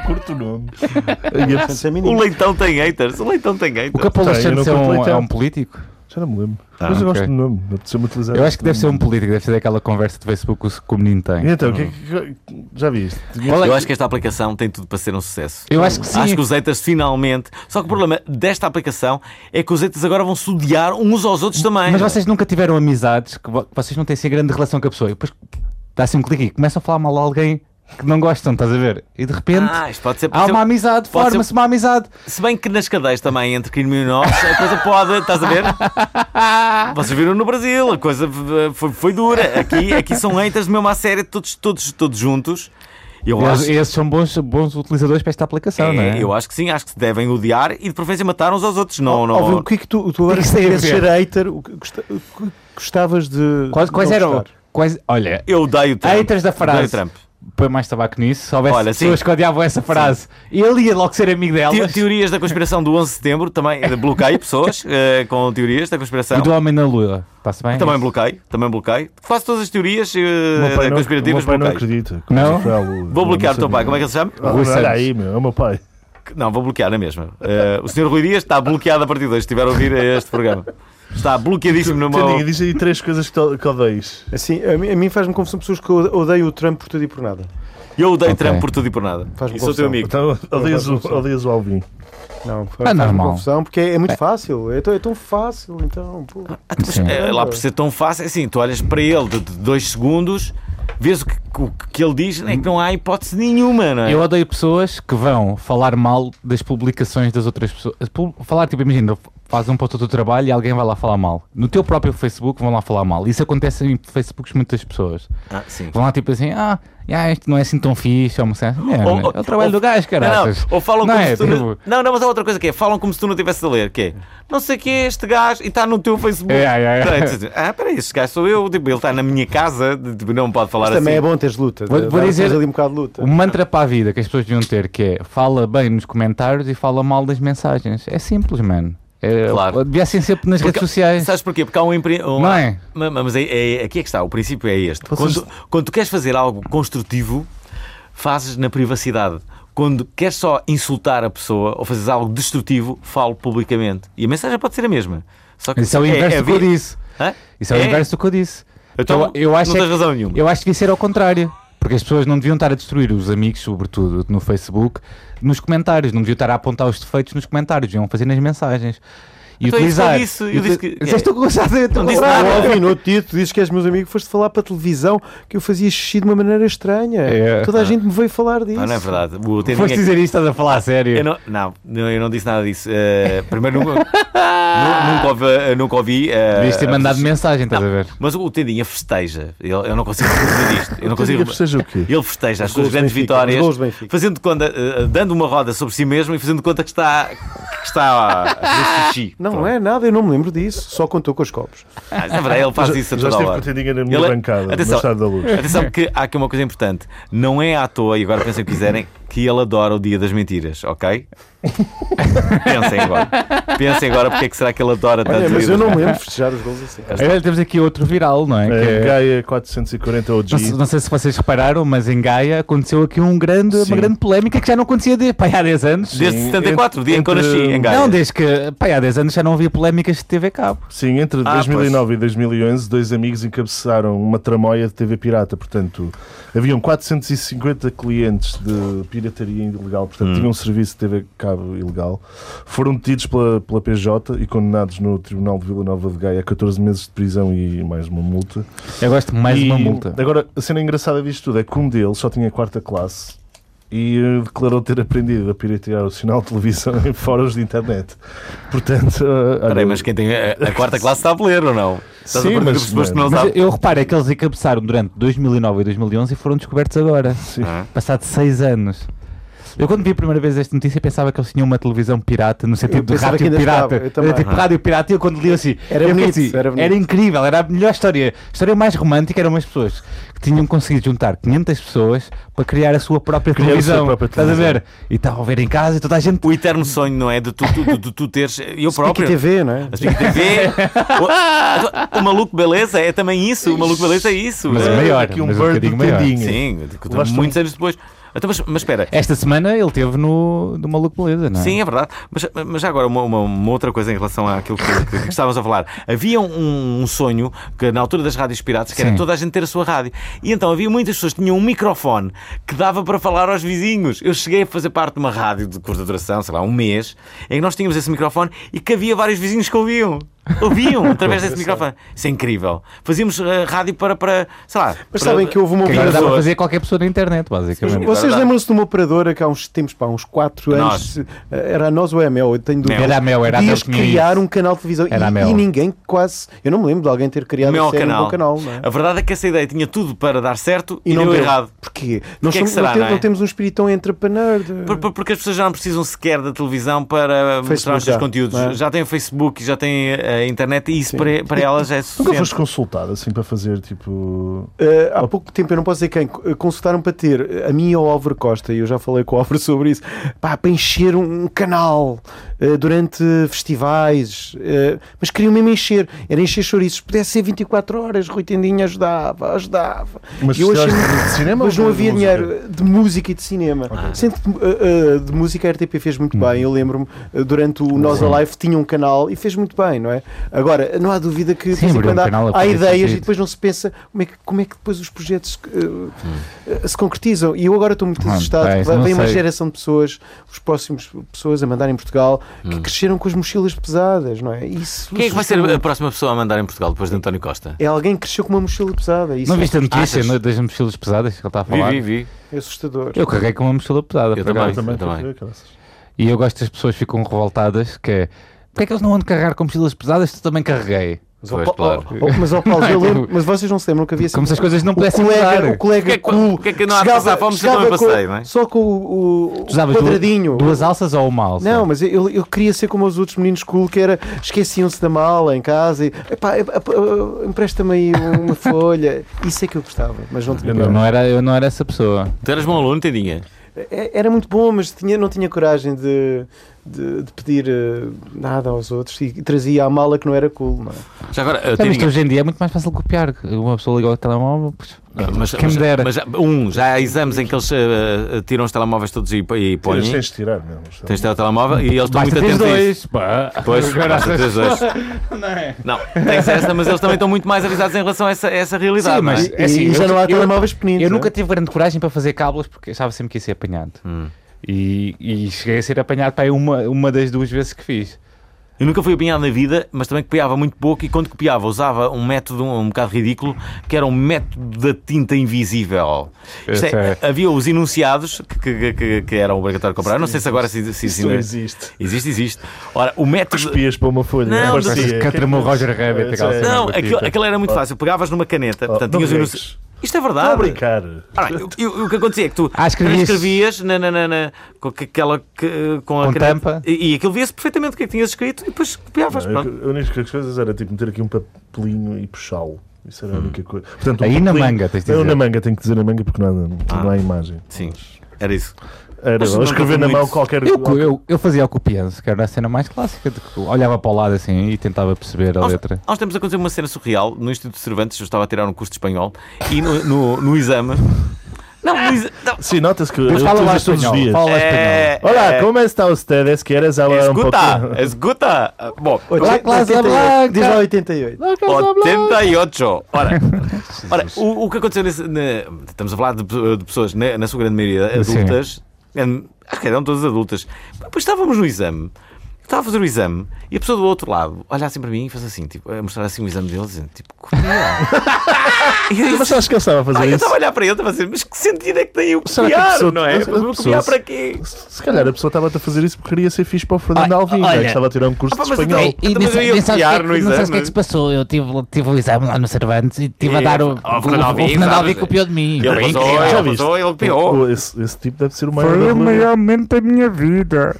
S3: Curto
S2: [laughs]
S3: o nome. é
S5: Pensa em mim.
S1: O Leitão tem haters. O Leitão tem haters.
S2: O Capolas
S3: Tem, eu não
S2: Santos é
S3: curto
S2: um,
S3: leitão.
S2: é um político?
S3: Já não me lembro.
S1: Ah,
S3: Mas eu
S2: ok.
S3: gosto do nome. Apeteceu-me utilizar.
S2: Eu acho que deve ser um
S3: político.
S2: político, deve ser daquela conversa de Facebook que o menino tem.
S3: Então, o que é que- já vi isto.
S1: Eu acho que esta aplicação tem tudo para ser um sucesso.
S2: é Eu acho que sim.
S1: Acho que os haters finalmente. Só que o problema desta aplicação é que os haters agora vão se odiar uns aos outros também.
S2: Mas vocês nunca tiveram amizades que vo- que vocês não têm assim grande relação com a pessoa. E depois dá assim um clique e começam a falar mal a alguém que não gostam, estás a ver? E de repente
S1: Ah, isto pode ser.
S2: há uma
S1: pode ser-
S2: amizade,
S1: um-
S2: forma-se uma amizade.
S1: Se bem que nas cadeias também, entre criminosos, a coisa pode. Estás a ver?
S2: [laughs]
S1: Vocês viram no Brasil, a coisa eh, foi, foi dura. Aqui, aqui são haters mesmo à série, todos, todos, todos juntos. Eu
S2: E
S1: acho
S2: eles- esses são bons, bons utilizadores para esta aplicação, não
S1: É,
S2: é?
S1: Eu acho que sim, acho que se devem odiar e de preferência matar uns aos outros. Não, não.
S5: Ó,
S3: um
S5: Bruno, o que é que tu, tu agora
S2: O que é que tem a
S5: queres
S2: ver?
S5: ser hater? O que gosta- o que gostavas de.
S2: Quais, quais
S5: não
S2: eram?
S5: gostar?
S2: Quais, olha,
S1: Eu odeio o Trump.
S2: haters da
S1: Odeio o
S2: frase.
S1: Trump.
S2: põe mais tabaco nisso. Se houvesse
S1: Olha,
S2: pessoas
S1: sim.
S2: que odiavam essa frase, ele ia logo ser amigo
S1: Te-
S2: delas.
S1: teorias da conspiração do 11 de setembro também eh, bloqueio
S3: [laughs]
S1: pessoas eh, com teorias da conspiração.
S2: E do homem na lua, está-se bem?
S1: Também bloqueio, também bloqueio. Quase todas as teorias eh,
S3: O meu pai
S1: eh,
S3: não-
S1: conspirativas
S3: o meu pai não
S1: bloqueio.
S3: acredita.
S2: Não?
S1: Vou bloquear o teu pai, como é que ele se chama?
S3: Ah,
S2: Rui Santos.
S3: olha aí, meu, é o meu pai.
S1: Não, vou bloquear na mesma. Eh, o senhor Rui Dias está bloqueado a partir de hoje, se estiver a ouvir este programa. Está bloqueadíssimo no meu.
S3: Tandinha, diz aí três coisas que, to- que odeias.
S5: Assim, a mim, a mim faz-me confusão pessoas que eu odeio o Trump por tudo e por nada.
S1: Eu odeio
S2: Ok.
S1: Trump por tudo e por nada.
S5: Faz-me
S1: E sou teu
S5: confusão.
S1: amigo.
S3: Então, odeias o, odeias o Alvin.
S5: Não, faz- faz-me
S2: normal.
S5: confusão porque é, é muito fácil. É tão, é tão fácil, então. pô.
S2: Sim.
S1: É, lá por ser tão fácil, é assim, tu olhas para ele de, de dois segundos, vês o que, o que ele diz, é que não há hipótese nenhuma, não é?
S2: Eu odeio pessoas que vão falar mal das publicações das outras pessoas. Pu- Falar, tipo, imagina, faz um post do teu trabalho e alguém vai lá falar mal. No teu próprio Facebook vão lá falar mal. Isso acontece em Facebooks de muitas pessoas.
S1: Ah, sim.
S2: Vão lá tipo assim, ah, yeah, isto não é assim tão fixe, ou uma cena. É,
S1: Ou-
S2: né?
S1: ou-
S2: é o trabalho
S1: ou-
S2: do gajo,
S1: Não,
S2: caralho.
S1: não, Ou falam
S2: não
S1: como
S2: é,
S1: se tu não...
S2: tipo,
S1: não, não, mas há outra coisa que é, falam como se tu não estivesse a ler, que é, não sei o que é este gajo e está no teu Facebook.
S2: É, é, é.
S1: Tá, tu dizes, Ah, peraí, este gajo sou eu, tipo, ele está na minha casa, de- tipo, não pode falar
S5: Mas
S1: assim.
S5: também é bom teres luta.
S2: Vou-
S5: Dá-
S2: vou
S5: dá-
S2: dizer-
S5: tens ali um bocado de luta.
S2: O mantra para a vida que as pessoas deviam ter que é fala bem nos comentários e fala mal das mensagens. É simples, mano. É,
S1: Claro.
S2: Devia ser sempre nas
S1: Porque-
S2: redes sociais.
S1: Sabes porquê? Porque há um empre... um-
S2: Não é?
S1: Ma- ma- Mas, é- é- aqui é que está, o princípio é este. Quando, quando tu queres fazer algo construtivo, fazes na privacidade. Quando queres só insultar a pessoa ou fazes algo destrutivo, falo publicamente. E a mensagem pode ser a mesma. Só que
S2: Isso é o inverso do que eu
S1: vi-
S2: disse.
S1: Hã?
S2: Isso é, o inverso do que eu disse.
S1: Então,
S2: eu acho
S1: não tens
S2: é que-
S1: razão nenhuma.
S2: Eu acho que devia ser ao contrário. Porque as pessoas não deviam estar a destruir os amigos, sobretudo no Facebook, nos comentários. Não deviam estar a apontar os defeitos nos comentários. Iam fazer nas mensagens. E
S1: Então, isso
S2: utilizar.
S1: eu disse, eu disse que- é-
S2: Disseste [laughs] tu que gostaste de-
S1: Não disse
S5: Ah,
S1: nada.
S5: Alvin, no outro dia tu dizes que és meus amigos, foste falar para a televisão que eu fazia xixi de uma maneira estranha.
S2: É.
S5: Toda a gente me veio falar disso.
S1: Ah, não é verdade. O Tendinha-
S2: Foste dizer isto, estás a falar a sério.
S1: Eu não, não, não, eu não disse nada disso. Eh, primeiro, nunca, [laughs] nu- nunca, ouvi, nunca ouvi. eh,
S2: Devias ter
S1: a
S2: mandado
S1: pessoa-
S2: mensagem, estás a ver?
S1: Ah, Mas o Tendinha festeja. Ele- Eu, não consigo reproduzir isto. Eu não consigo.
S3: Diga, seja o quê?
S1: Ele festeja as
S5: Os
S1: suas
S5: gols do
S1: grandes
S5: Benfica,
S1: vitórias,
S5: os gols do Benfica.
S1: fazendo conta, eh, dando uma roda sobre si mesmo e fazendo conta que está, que está a fazer xixi.
S5: Não, não é nada, eu não me lembro disso. Só contou com os copos.
S1: Ah, na verdade, ele faz
S3: Já-
S1: isso a
S3: já
S1: toda
S3: estive
S1: hora. é-
S3: com a tendinha na minha bancada, no Estádio da Luz.
S1: Atenção, que há aqui uma coisa importante. Não é à toa, e agora pensem o que quiserem, que ele adora o Dia das Mentiras, ok? pensem agora. Pensem agora porque é que será que ele adora tanto
S5: Olha,
S1: o
S5: mas
S1: Dia
S5: eu
S1: das
S5: não me
S1: Mentiras.
S5: lembro de festejar os gols assim.
S2: Agora temos aqui outro viral, não é? Que
S3: É,
S2: é-
S3: Gaia 440 OG.
S2: Não, se- não sei se vocês repararam, mas em Gaia aconteceu aqui um grande,
S3: Sim.
S2: uma grande polémica que já não acontecia de, pá, há 10 anos.
S1: Desde
S3: Sim,
S1: 74, o dia em que eu
S3: entre-
S1: nasci, em Gaia.
S2: Não, desde que pá, há 10 anos já não havia polémicas de TV Cabo.
S3: Sim, entre
S1: Ah,
S3: 2009 e 2011, dois amigos encabeçaram uma tramóia de TV pirata. Portanto, haviam 450 clientes de pirataria ilegal, portanto, tinham um serviço de TV cabo ilegal. Foram detidos pela, pela PJ e condenados no Tribunal de Vila Nova de Gaia a 14 meses de prisão e mais uma multa.
S2: Eu gosto de mais
S3: E
S2: uma multa.
S3: Agora, a cena engraçada disto tudo é que um deles só tinha quarta classe e eh, declarou ter aprendido a piratear o sinal de televisão [laughs] em fóruns de internet. Portanto, eh, olha,
S1: Peraí, mas quem tem a, a quarta classe está a ler ou não? Estás a
S3: Sim,
S1: perder
S3: mas-
S1: pessoas que não
S2: Mas
S1: sabem.
S2: eu reparo é que eles encabeçaram durante 2009 e 2011 e foram descobertos agora,
S3: sim.
S1: Ah.
S2: passado 6 anos. Eu quando vi a primeira vez esta notícia pensava que eles tinham uma televisão pirata, no
S5: Eu
S2: sentido de
S5: pensava
S2: rádio
S5: que ainda
S2: pirata.
S5: estava, eu também.
S2: Era tipo rádio pirata e eu quando li eu assim,
S5: Era
S2: eu fiquei
S5: bonito,
S2: assim,
S5: era bonito.
S2: incrível, era a melhor história. A história mais romântica eram umas pessoas que tinham conseguido juntar 500 pessoas para criar a sua própria
S3: Criar a
S2: televisão.
S3: sua própria
S2: Estás a
S3: televisão.
S2: ver? E estavam a ver em casa e toda a gente
S1: O eterno sonho, não é? De tu, tu, tu, tu- tu teres. Eu
S5: Aqui
S1: próprio.
S5: TV, não é?
S1: A Speak TV. o, o maluco beleza é também isso. O maluco beleza é isso.
S2: Mas é maior,
S3: Aqui um
S2: mas um bocadinho
S3: bird do
S2: maior.
S3: tendinho.
S1: Sim,
S3: Levaste
S1: muitos anos depois. Então, mas, mas espera.
S2: Esta semana ele teve no, no Maluco Beleza, não é?
S1: Sim, é verdade. Mas, mas já agora, uma, uma- uma outra coisa em relação àquilo que, que- que estávamos a falar. Havia um, um sonho que, na altura das rádios piratas, que era
S2: Sim.
S1: toda a gente ter a sua rádio. E então havia muitas pessoas que tinham um microfone que dava para falar aos vizinhos. Eu cheguei a fazer parte de uma rádio de curta duração, sei lá, um mês, em que nós tínhamos esse microfone e que havia vários vizinhos que ouviam.
S5: [laughs]
S1: Ouviam através desse microfone. Isso é incrível. Fazíamos eh, rádio para, para sei lá.
S5: Mas
S1: para-
S5: sabem que houve uma
S2: Que agora dá
S5: operadora.
S1: Pessoas.
S2: para fazer qualquer pessoa na internet, basicamente.
S5: Vocês
S1: Verdade.
S5: lembram-se de uma operadora que há uns tempos, pá, uns 4
S1: Nós.
S5: anos, se- era a nós ou é a Mel? Eu tenho dúvida.
S2: Era a Mel, era a Mel
S5: Podias
S2: que tinha
S5: criar
S2: isso.
S5: um canal de televisão
S2: Era a
S5: e,
S2: Mel.
S5: e ninguém quase. Eu não me lembro de alguém ter criado
S1: o meu
S5: sequer um
S1: canal.
S5: bom canal, não é?
S1: A verdade é que essa ideia tinha tudo para dar certo e, deu,
S5: deu.
S1: errado.
S5: Porquê? Nós
S1: que
S5: somos-
S1: será,
S5: não, te-
S1: não é?
S5: não temos um espírito tão entrepreneur. de-
S1: Por- por- Porque as pessoas já não precisam sequer da televisão para mostrar os seus
S5: já,
S1: conteúdos.
S5: não é?
S1: Já têm o Facebook, já têm a internet e isso para, para elas já é
S3: Nunca
S1: suficiente.
S3: foste consultado assim para fazer tipo.
S5: Eh, há pouco tempo, eu não posso dizer quem, eh, consultaram para ter eh, a mim e ao Álvaro Costa, e eu já falei com o Álvaro [laughs] sobre isso, pá, para encher um, um canal eh, durante festivais, eh, mas queriam mesmo encher, era encher chouriços, Se pudesse ser 24 horas, Rui Tendinho ajudava, ajudava.
S3: Mas
S5: E eu
S3: festivais
S5: achei-
S3: de cinema
S5: mas
S3: ou
S5: não
S3: de
S5: havia
S3: música?
S5: dinheiro de música e de cinema. Sendo que eh, eh, de música a RTP fez muito bem, eu lembro-me, eh, durante o Nós Alive tinha um canal e fez muito bem, não é? Agora, não há dúvida que de
S2: Sim,
S5: vez em
S2: abriu um
S5: quando há-
S2: canal,
S5: há,
S2: faz
S5: ideias
S2: sentido.
S5: e depois não se pensa como é que, como é que depois os projetos eh, eh, se concretizam. E eu agora estou muito
S2: Ah,
S5: assustado.
S2: pá, isso
S5: Vai-
S2: não
S5: Vem uma
S2: sei.
S5: geração de pessoas, os próximos pessoas a mandar em Portugal, que
S2: Hum.
S5: cresceram com as mochilas pesadas, não é? Isso
S1: Quem é que vai ser
S5: assusta-me.
S1: a próxima pessoa a mandar em Portugal depois de António Costa?
S5: É alguém que cresceu com uma mochila pesada. Isso
S2: Não
S5: é-
S2: viste a notícia
S1: Achas?
S2: não, das mochilas pesadas que ele está a falar?
S1: vi.
S5: é assustador.
S2: Eu carreguei com uma mochila pesada.
S1: Eu
S2: por acaso.
S1: também.
S3: Também.
S1: também.
S2: E eu gosto que as pessoas ficam revoltadas que é, Porquê é que eles não andam a carregar com mochilas pesadas? Tu também carreguei.
S1: Pois, claro.
S5: Oh, oh, mas,
S2: [laughs]
S5: oh, Paulo, eu
S2: Não é?
S5: lembro- mas vocês não se lembram que havia
S2: Como se as coisas não
S5: o
S2: pudessem
S5: colega,
S2: mudar.
S5: o colega
S1: Porque é que-
S5: cool
S1: porque é que não há de passar fome se não
S5: chegava
S1: é
S5: com-
S1: passeio, não é?
S5: Só com o, o,
S2: Tu
S5: o
S2: usavas duas-
S5: quadradinho.
S2: Duas, alças ou uma alça?
S5: Não, mas eu, eu queria ser como os outros meninos cool que era esqueciam-se da mala em casa e "Epá, ep- ep- eh, empresta-me aí
S2: [laughs]
S5: uma folha. Isso é que eu gostava, mas não tinha.
S2: Eu não era, eu não era essa pessoa.
S1: Tu eras bom aluno, Tendinha.
S5: É- Era muito bom, mas tinha, não tinha coragem de, de, de pedir eh, nada aos outros e trazia a mala que não era cool. Não é?
S1: Já agora, eh,
S2: É, mas
S1: Tendinha,
S2: hoje em dia é muito mais fácil copiar. Uma pessoa liga ao telemóvel, pois,
S1: mas,
S2: quem me
S1: mas-
S2: dera.
S1: mas já- um, já há exames em que eles eh, eh, tiram os telemóveis todos e, e
S3: Tens
S1: põem.
S3: tens de tirar mesmo.
S1: Tens de ter o telemóvel e eles estão
S2: basta
S1: muito
S2: teres
S1: atentos a isso.
S2: dois. Pá.
S1: Pois,
S2: Agora
S1: basta
S2: essas-
S1: teres dois. Não, tens essa, mas eles também estão muito mais avisados em relação a essa, a essa realidade.
S2: Sim, mas-
S1: não é?
S2: É assim,
S5: e já
S2: eu-
S5: não há
S2: eu-
S5: telemóveis pequeninos.
S2: Eu
S5: não é?
S2: nunca tive grande coragem para fazer cábulas porque achava sempre que ia ser apanhado. E, e cheguei a ser apanhado para uma, uma das duas vezes que fiz.
S1: Eu nunca fui apanhado na vida, mas também copiava muito pouco e quando copiava usava um método um, um bocado ridículo, que era um método da tinta invisível. Isto é,
S2: Esse é-
S1: havia os enunciados que, que, que, que eram obrigatório comprar. Não sei se agora se, se, se
S3: Isso não existe.
S1: Existe, existe. Ora, o método.
S3: Espias para uma folha.
S1: Não,
S3: Parecia-
S1: mas-
S3: que-
S2: Catramou o um Roger Rabbit,
S3: É,
S2: aquela
S3: é,
S2: cena.
S1: Não,
S3: da
S1: aquilo,
S3: tinta.
S1: aquilo era muito fácil. Pegavas numa caneta,
S3: Oh,
S1: portanto
S3: não
S1: tinhas o
S3: brinques.
S1: enunci- Isto é verdade.
S3: Estou a brincar.
S1: Ora, eu- eu- o que acontecia é que tu
S2: Ah, escrevias-
S1: transcrevias na, na- na- na- com que- aquela que- com a
S2: Com
S1: caneta-
S2: tampa.
S1: e, e aquilo via-se perfeitamente o que é que tinhas escrito e depois copiavas.
S3: Não,
S1: pronto.
S3: eu- A única coisa era tipo meter aqui um papelinho e puxá-lo. Isso
S1: Hum.
S3: era a única coisa. Portanto, um
S2: Aí na
S3: papelinho-
S2: manga, tens de
S3: Não,
S2: dizer.
S3: na manga, tenho que dizer na manga porque não há, não há imagem.
S1: Sim, era isso.
S3: Era
S1: Mas
S3: ou
S1: Ah. não
S3: escrever na
S1: muito.
S3: mão qualquer
S2: Eu, co- eu, eu fazia o que eu penso, que era a cena mais clássica. De que eu olhava para o lado assim e tentava perceber a
S1: Nós-
S2: letra.
S1: Há uns tempos aconteceu uma cena surreal no Instituto de Cervantes. Eu estava a tirar um curso de espanhol e no, no- no exame. Não, no exa- não.
S3: Sim, nota-se que eu
S2: Mas fala
S3: uso
S2: lá
S3: isto todos os
S2: espanhol.
S3: dias.
S2: Fala lá espanhol.
S1: É,
S3: Olá,
S1: é,
S3: como está ustedes? Queres hablar um
S1: Escuta,
S3: pouco?
S1: escuta. Bom,
S2: Olá, Casa
S5: 88,
S2: Blanca.
S5: Diz lá 88.
S1: 88.
S2: [laughs]
S1: Ora, ora o, o que aconteceu nesse, na- Estamos a falar de, pe- de pessoas, né, na, na sua grande maioria,
S2: Sim.
S1: adultas. em- Acho que eram todas adultas. Mas Depois estávamos no exame. eu Estava a fazer o exame e a pessoa do outro lado olhava assim para mim e fez assim, tipo, a mostrar assim o exame dele, dizendo, tipo, copiar. [laughs] E eu
S3: Mas
S1: disse,
S3: acho que ele estava a
S1: "Ah,
S3: fazer
S1: eu
S3: isso.
S1: estava a olhar para ele, estava a dizer, mas que sentido é que tem eu
S3: Será que a
S1: copiar,
S3: pessoa-
S1: não é?
S3: a- a
S1: Vou
S3: pessoa-
S1: copiar para quê?
S3: Se calhar a pessoa estava a fazer isso porque queria ser fixe para o Fernando
S2: Ah,
S3: Alvim,
S2: olha.
S3: né, que estava a tirar um curso
S1: Ah, pá,
S3: de
S1: mas eu
S3: espanhol.
S1: também- também eu ia
S2: é
S1: copiar no exame.
S2: passou. Eu tive, tive o exame lá no Cervantes e estive
S1: E- Ó, Fernando Alvim, sabes?
S2: de mim.
S1: Ele
S2: Foi
S1: passou,
S2: incrível.
S1: ele
S3: Já viste?
S1: passou, ele copiou.
S3: Oh, Esse, esse tipo deve ser o maior.
S8: Foi
S3: da
S8: o
S3: Lua.
S8: maior momento da minha vida.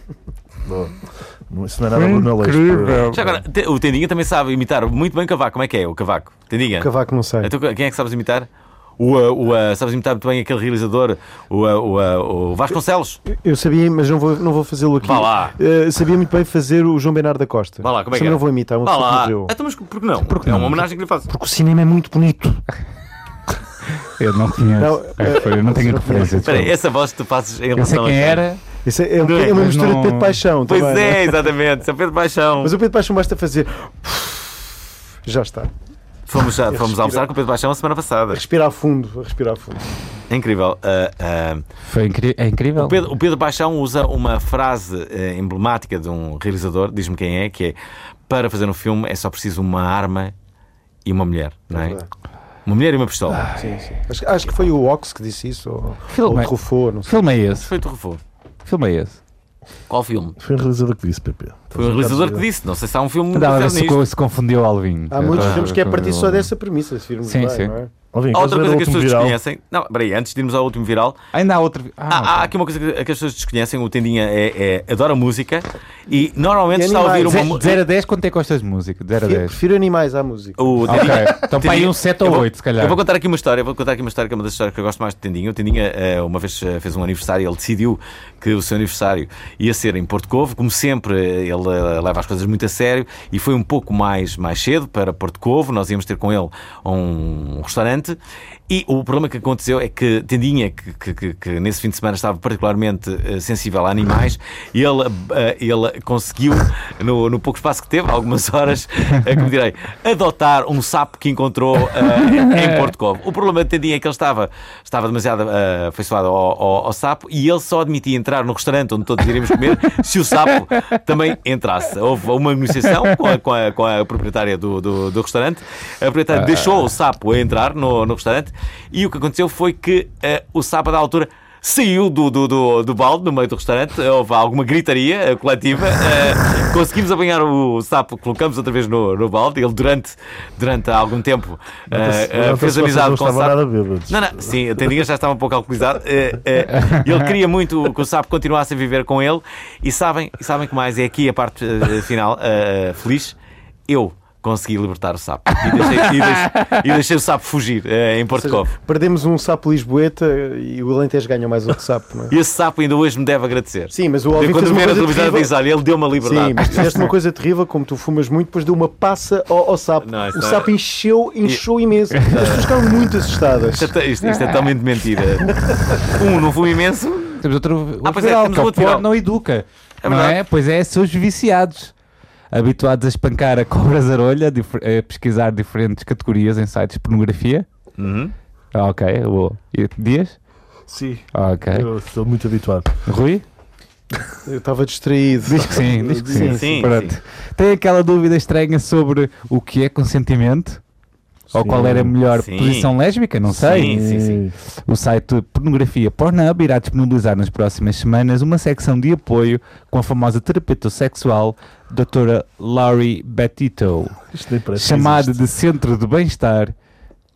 S3: Não, Isso não é nada
S8: Foi
S3: Bruno Leste.
S8: incrível.
S1: Já agora, te- o Tendinha também sabe imitar muito bem o Cavaco. Como é que é o Cavaco? Tendinha?
S5: Cavaco, não sei.
S1: Então, quem é que sabes imitar? O, uh, o, uh, sabes imitar muito bem aquele realizador, o, uh, o, uh, o Vasconcelos?
S5: Eu sabia, mas não vou, não vou fazê-lo aqui.
S1: Vá lá.
S5: Eh, sabia muito bem fazer o João Bernardo da Costa.
S1: Vá lá, como é
S5: Também
S1: que é?
S5: não vou imitar, é uma
S1: Vá
S5: pessoa que
S1: lá.
S5: morreu.
S1: Então, mas porque não? é uma homenagem que lhe faço.
S5: Porque o cinema é muito bonito.
S2: Eu não tinha.
S5: Não,
S2: é, foi- eu não tenho
S5: não
S2: referência.
S1: Espera aí,
S2: desculpa.
S1: essa voz que tu fazes em
S2: Eu sei
S1: relação
S2: quem
S1: a.
S2: era.
S5: Isso é, é um
S2: Não é,
S5: bocadinho- é uma
S2: mas
S5: mistura
S2: não-
S5: de Pedro Paixão.
S1: Pois
S5: também, não
S1: é, exatamente, São Pedro Paixão.
S5: Mas o Pedro Paixão basta fazer. Já está.
S1: Fomos, já- fomos almoçar com o Pedro Paixão a semana passada.
S5: Respirar fundo, respirar fundo.
S1: É incrível. Uh, uh,
S2: Foi incri- é incrível.
S1: O Pedro, o Pedro Paixão usa uma frase eh, emblemática de um realizador, diz-me quem é, que é para fazer um filme é só preciso uma arma e uma mulher, não é?
S5: verdade.
S1: Uma mulher e uma pistola.
S5: Sim, sim. Acho, acho que foi o Ox que disse isso, ou, ou
S2: Filme.
S5: o Truffaut, não
S2: Que
S5: sei.
S2: Filme é esse?
S1: Foi o Truffaut.
S2: Filme é esse?
S1: Qual filme?
S3: Foi um realizador que disse, PP.
S1: Foi o realizador que disse. Não sei se há um filme
S2: Andava a ver
S1: baseado
S2: se,
S1: nisto.
S2: co- se confundiu o Alvin.
S5: Há muitos
S2: Ah,
S5: filmes que é partir só
S2: confundiu.
S5: dessa premissa, se virmos
S2: Sim,
S5: bem,
S2: sim.
S5: não é?
S3: Alvim,
S1: Há outra coisa que
S3: queres ver
S1: as
S3: o último
S1: pessoas
S3: viral?
S1: desconhecem. Não, peraí, antes de irmos ao último viral,
S2: Ainda há outro.
S1: há, há
S2: Ah,
S1: aqui uma coisa que, que as pessoas desconhecem. O Tendinha é, é- adora música e normalmente
S5: E
S1: está a ouvir
S5: animais.
S1: uma.
S2: ok.
S1: mu-
S2: De 0 a 10, quanto é que gostas de música? De 0 a
S5: Eu
S1: [laughs]
S2: 10.
S5: prefiro animais à música.
S1: O
S2: Ok.
S1: Tendinha-
S2: Então para aí um 7
S1: Eu
S2: ou
S1: vou-
S2: 8, se calhar.
S1: Eu vou contar aqui uma história, vou contar aqui uma história que é uma das histórias que eu gosto mais de Tendinha. O Tendinha eh, uma vez eh, fez um aniversário, ele decidiu que o seu aniversário ia ser em Porto Covo, como sempre, eh, ele eh, leva as coisas muito a sério e foi um pouco mais, mais cedo para Porto Covo. Nós íamos ter com ele a um restaurante e o problema que aconteceu é que Tendinha, que, que- que- que nesse fim de semana estava particularmente eh, sensível a animais, ele, eh, ele conseguiu, no, no pouco espaço que teve, algumas horas, eh, como direi, adotar um sapo que encontrou eh, em Porto Covo. O problema de Tendinha é que ele estava, estava demasiado eh, afeiçoado ao, ao- ao sapo e ele só admitia entrar no restaurante onde todos iríamos comer se o sapo também entrasse. Houve uma negociação com a, com a- com a proprietária do, do- do restaurante. A
S3: Ah.
S1: proprietária deixou o sapo a entrar no, no restaurante e o que aconteceu foi que eh, o sapo, da altura, saiu do, do, do, do balde no meio do restaurante, houve alguma gritaria eh, coletiva, eh, conseguimos apanhar o sapo, colocamos outra vez no, no balde, ele durante, durante algum tempo eh, eh, fez amizade com o
S3: estava
S1: sapo.
S3: nada bêbados.
S1: Não, não, sim, a Tendinha já estava um pouco alcoolizado. Eh, eh, ele queria muito que o sapo continuasse a viver com ele. E sabem, e sabem que mais? É aqui a parte eh, final eh, feliz. Eu consegui libertar o sapo. E deixei, e deixei- e deixei o sapo fugir eh, em Porto Covo.
S5: Perdemos um sapo Lisboeta e o Alentejo ganha mais outro sapo,
S1: [laughs]
S5: não é?
S1: E esse sapo ainda hoje me deve agradecer.
S5: Sim, mas o
S1: Eu,
S5: Alvin fez
S1: quando
S5: uma
S1: vier a
S5: coisa
S1: televisão,
S5: terrível.
S1: diz: "Ah, é olha, ele deu uma liberdade.
S5: Sim, mas fizeste uma coisa terrível, como tu fumas muito, depois deu uma passa ao, ao sapo.
S1: Não, isso
S5: o
S1: não
S5: sapo
S1: é-
S5: encheu,
S1: [laughs]
S5: encheu imenso. As pessoas ficaram muito assustadas.
S1: Isto, é- isto- isto é totalmente mentira. Um, não fui imenso.
S2: Temos outro, outro
S1: pois é,
S2: viral,
S1: temos
S2: que o
S1: outro
S2: pior
S1: viral.
S2: não educa.
S1: É
S2: não
S1: verdade.
S2: é? Pois é, seus viciados. Habituados a espancar a cobras arolha, dif- a pesquisar diferentes categorias em sites de pornografia.
S1: Uhum.
S2: Ah, ok, boa. E Dias?
S3: Sim,
S2: Ah, Ok.
S3: eu estou muito habituado.
S2: Rui?
S1: é
S5: Eu estava distraído.
S2: Diz que sim, diz que sim.
S1: Sim,
S2: Pronto. Tem aquela dúvida estranha sobre o que é consentimento? Ou
S3: Sim.
S2: qual era a melhor
S1: Sim.
S2: posição lésbica? Não sei.
S1: Sim, sim, sim.
S2: O site de Pornografia Pornhub irá disponibilizar nas próximas semanas uma secção de apoio com a famosa terapeuta sexual Dra. Laurie Batito,
S3: Isto nem parece que
S2: chamada
S3: existe.
S2: de Centro de Bem-Estar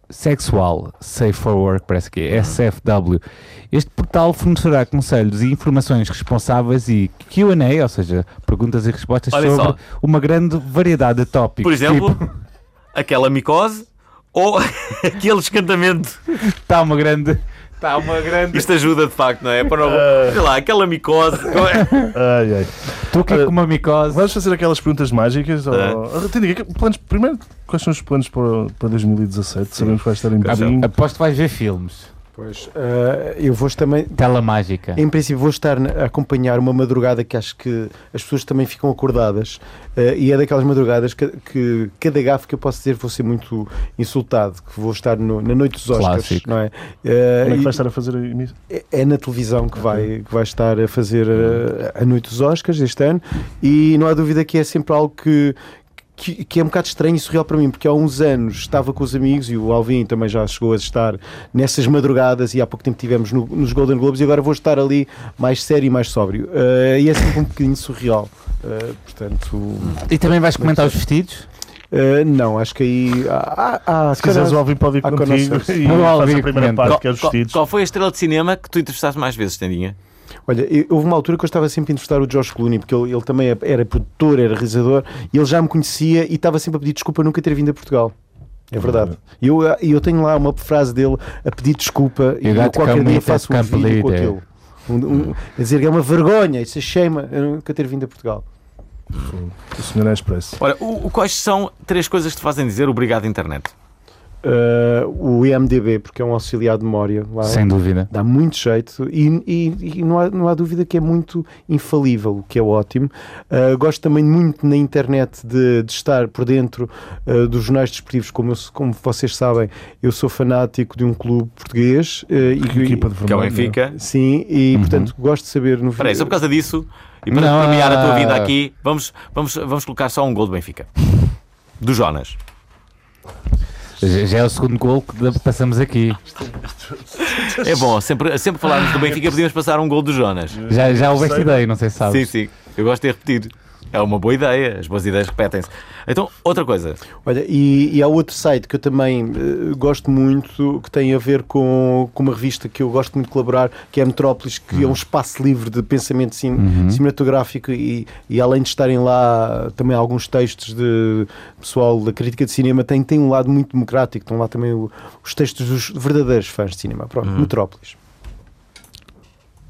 S2: Sexual Safe for Work, parece que é SFW. Este portal fornecerá conselhos e informações responsáveis e Q&A, ou seja, perguntas e respostas
S1: Olha
S2: sobre
S1: só.
S2: uma grande variedade de tópicos.
S1: Por exemplo,
S2: tipo, [laughs]
S1: aquela micose ou [laughs] aquele escantamento.
S2: está tá uma grande... Está uma grande...
S1: Isto ajuda de facto, não é? Para não... Sei lá, aquela micose. é-
S3: Ai, ai.
S2: Tu que é com uma micose...
S3: Vamos fazer aquelas perguntas mágicas. Ou...
S1: É.
S3: Ah, Tendinha, que planos, primeiro, quais são os planos para, para 2017? Sabemos que vai estar em
S1: Quais são?
S3: Berlim.
S2: Aposto que vais ver filmes.
S5: Pois, ah, eu vou também.
S2: Tela mágica.
S5: Em princípio, vou estar na- a acompanhar uma madrugada que acho que as pessoas também ficam acordadas ah, e é daquelas madrugadas que, que cada gafo que eu posso dizer vou ser muito insultado, que vou estar no- na noite dos Oscars,
S2: Clássico.
S5: não é?
S3: Como é que
S5: Ah,
S3: vai estar a fazer a emissão?
S5: É- É na televisão que
S3: Uhum.
S5: vai, que vai estar a fazer uh, a, Noite dos Oscars este ano e não há dúvida que é sempre algo que, que, que é um bocado estranho e surreal para mim, porque há uns anos estava com os amigos e o Alvin também já chegou a estar nessas madrugadas e há pouco tempo tivemos no- nos Golden Globes e agora vou estar ali mais sério e mais sóbrio. Uh, e é sempre um bocadinho surreal. Uh, portanto, uh,
S2: E também vais comentar os vestidos?
S5: não, acho que aí há. há- há-
S3: Se quiseres, o Alvin
S8: Ah,
S3: pode ir
S5: há
S3: contigo
S5: connosco.
S3: e
S2: O
S3: faz
S2: Alvin
S3: a primeira
S2: comenta.
S3: parte,
S1: qual,
S3: que é os
S1: qual-
S3: vestidos.
S1: qual foi a estrela de cinema que tu entrevistaste mais vezes, Tendinha?
S5: Olha, eu- houve uma altura que eu estava sempre a entrevistar o Josh Clooney, porque ele, ele também é- era produtor, era realizador, e ele já me conhecia e estava sempre a pedir desculpa nunca ter vindo a Portugal. É verdade. E eu, e eu tenho lá uma frase dele a pedir desculpa e
S2: You
S5: eu
S2: got to
S5: qualquer
S2: come
S5: dia
S2: with
S5: faço
S2: us,
S5: um
S2: can't
S5: vídeo com
S2: believe
S5: aquilo. Um, um, a dizer que é uma vergonha, isso é shame, eu nunca ter vindo a Portugal.
S3: O senhor é expresso.
S1: Ora, o, o- quais são três coisas que te fazem dizer obrigado, internet?
S5: Ah, o IMDB, porque é um auxiliar de memória, lá
S2: Sem dúvida.
S5: dá muito jeito e, e- e não, há, não há dúvida que é muito infalível, o que é ótimo. Ah, gosto também muito na internet de, de estar por dentro ah, dos jornais desportivos, como, eu sou- como vocês sabem, eu sou fanático de um clube português ah, e
S3: Que equipa de Uhum.
S1: Que é o
S3: vermelho.
S1: Benfica.
S5: Sim, e portanto gosto de saber no
S1: Espera aí, só por causa disso e para
S2: Não.
S1: premiar a tua vinda aqui, vamos, vamos, vamos colocar só um gol do Benfica. Do Jonas.
S2: Já já é o segundo gol que da- passamos aqui.
S1: É bom, sempre, sempre falarmos do Benfica, podíamos passar um gol do Jonas.
S2: Já, já houveste ideia, não sei se
S1: Sim,
S2: sabes.
S1: sim. Eu gosto de repetir. É uma boa ideia, as boas ideias repetem-se. Então, outra coisa.
S5: Olha, e, e há outro site que eu também eh, gosto muito, que tem a ver com, com uma revista que eu gosto muito de colaborar, que é a Metrópolis, que é um espaço livre de pensamento cin- cinematográfico e, e além de estarem lá também alguns textos de pessoal da crítica de cinema, tem, tem um lado muito democrático, estão lá também o- os textos dos verdadeiros fãs de cinema. Pronto, Metrópolis.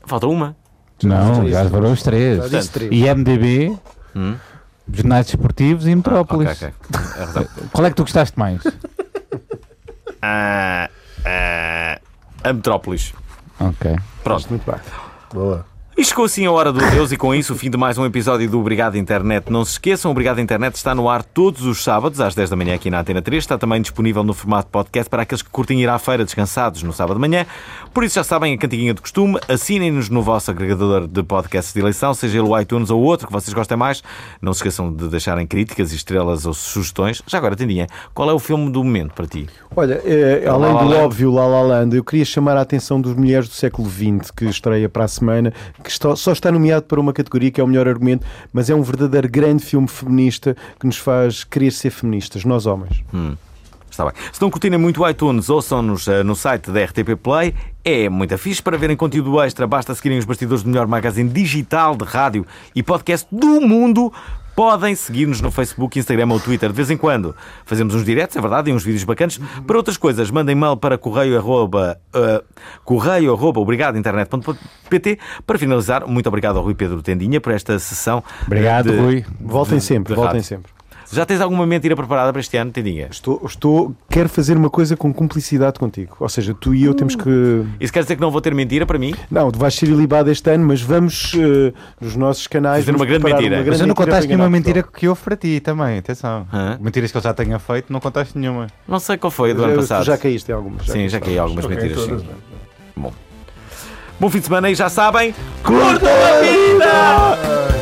S1: Falta uma.
S2: Não, já foram os três.
S5: Já disse três.
S2: IMDB,
S1: Hum. Ah,
S2: Jornais Desportivos e Metrópolis.
S1: Ok, ok.
S2: Qual é que tu gostaste mais?
S1: Ah, ah, a Metrópolis.
S2: ok.
S1: Pronto.
S5: Muito bem.
S3: Boa.
S1: E chegou assim a hora do adeus e com isso o fim de mais um episódio do Obrigado Internet. Não se esqueçam, Obrigado Internet está no ar todos os sábados às 10 da manhã aqui na Antena 3. Está também disponível no formato podcast para aqueles que curtem ir à feira descansados no sábado de manhã. Por isso já sabem a cantiguinha do costume. Assinem-nos no vosso agregador de podcasts de eleição, seja ele o iTunes ou outro que vocês gostem mais. Não se esqueçam de deixarem críticas, estrelas ou sugestões. Já agora, Tendinha, qual é o filme do momento para ti?
S5: Olha, eh,
S1: La La
S5: além do
S1: Então, Land.
S5: óbvio La La Land, eu queria chamar a atenção dos mulheres do século XX que estreia para a semana, que está- só está nomeado para uma categoria que é o melhor argumento, mas é um verdadeiro grande filme feminista que nos faz querer ser feministas, nós homens.
S1: Hum. Está bem. Se estão curtindo muito o iTunes, ouçam-nos eh, no site da RTP Play. É muito fixe para verem conteúdo extra. Basta seguirem os bastidores do melhor magazine digital de rádio e podcast do mundo. Podem seguir-nos no Facebook, Instagram ou Twitter. De vez em quando fazemos uns diretos, é verdade, e uns vídeos bacanas. Para outras coisas, mandem mail para correio arroba, eh, correio arroba obrigadointernet.pt. Para finalizar, muito obrigado ao Rui Pedro Tendinha por esta sessão. eh,
S2: Obrigado,
S1: de-
S2: Rui.
S5: Voltem
S1: de-
S5: sempre,
S1: de
S5: voltem
S1: rádio.
S5: sempre.
S1: Já tens alguma mentira preparada para este ano, Tendinha?
S5: Estou, estou, quero fazer uma coisa com cumplicidade contigo. Ou seja, tu e eu
S1: Hum.
S5: temos que.
S1: Isso quer dizer que não vou ter mentira para mim?
S5: Não, tu vais ser ilibado este ano, mas vamos eh, nos nossos canais.
S1: Fazer
S5: vamos
S1: uma grande
S5: preparar
S1: mentira.
S2: Mas tu não
S5: mentira
S2: contaste
S5: para enganar
S2: nenhuma
S5: o pessoal.
S2: mentira que houve para ti também, atenção.
S1: Hã?
S2: Mentiras que ele já tenha feito, não contaste nenhuma.
S1: Não sei qual foi a do ano
S5: Tu
S1: passado.
S5: Já caíste em algumas. já
S1: Sim, já caí algumas
S3: Ok,
S1: mentiras.
S3: todas,
S1: Sim.
S3: né?
S1: Bom. Bom fim de semana e já sabem. Curtam a vida!
S3: Ah.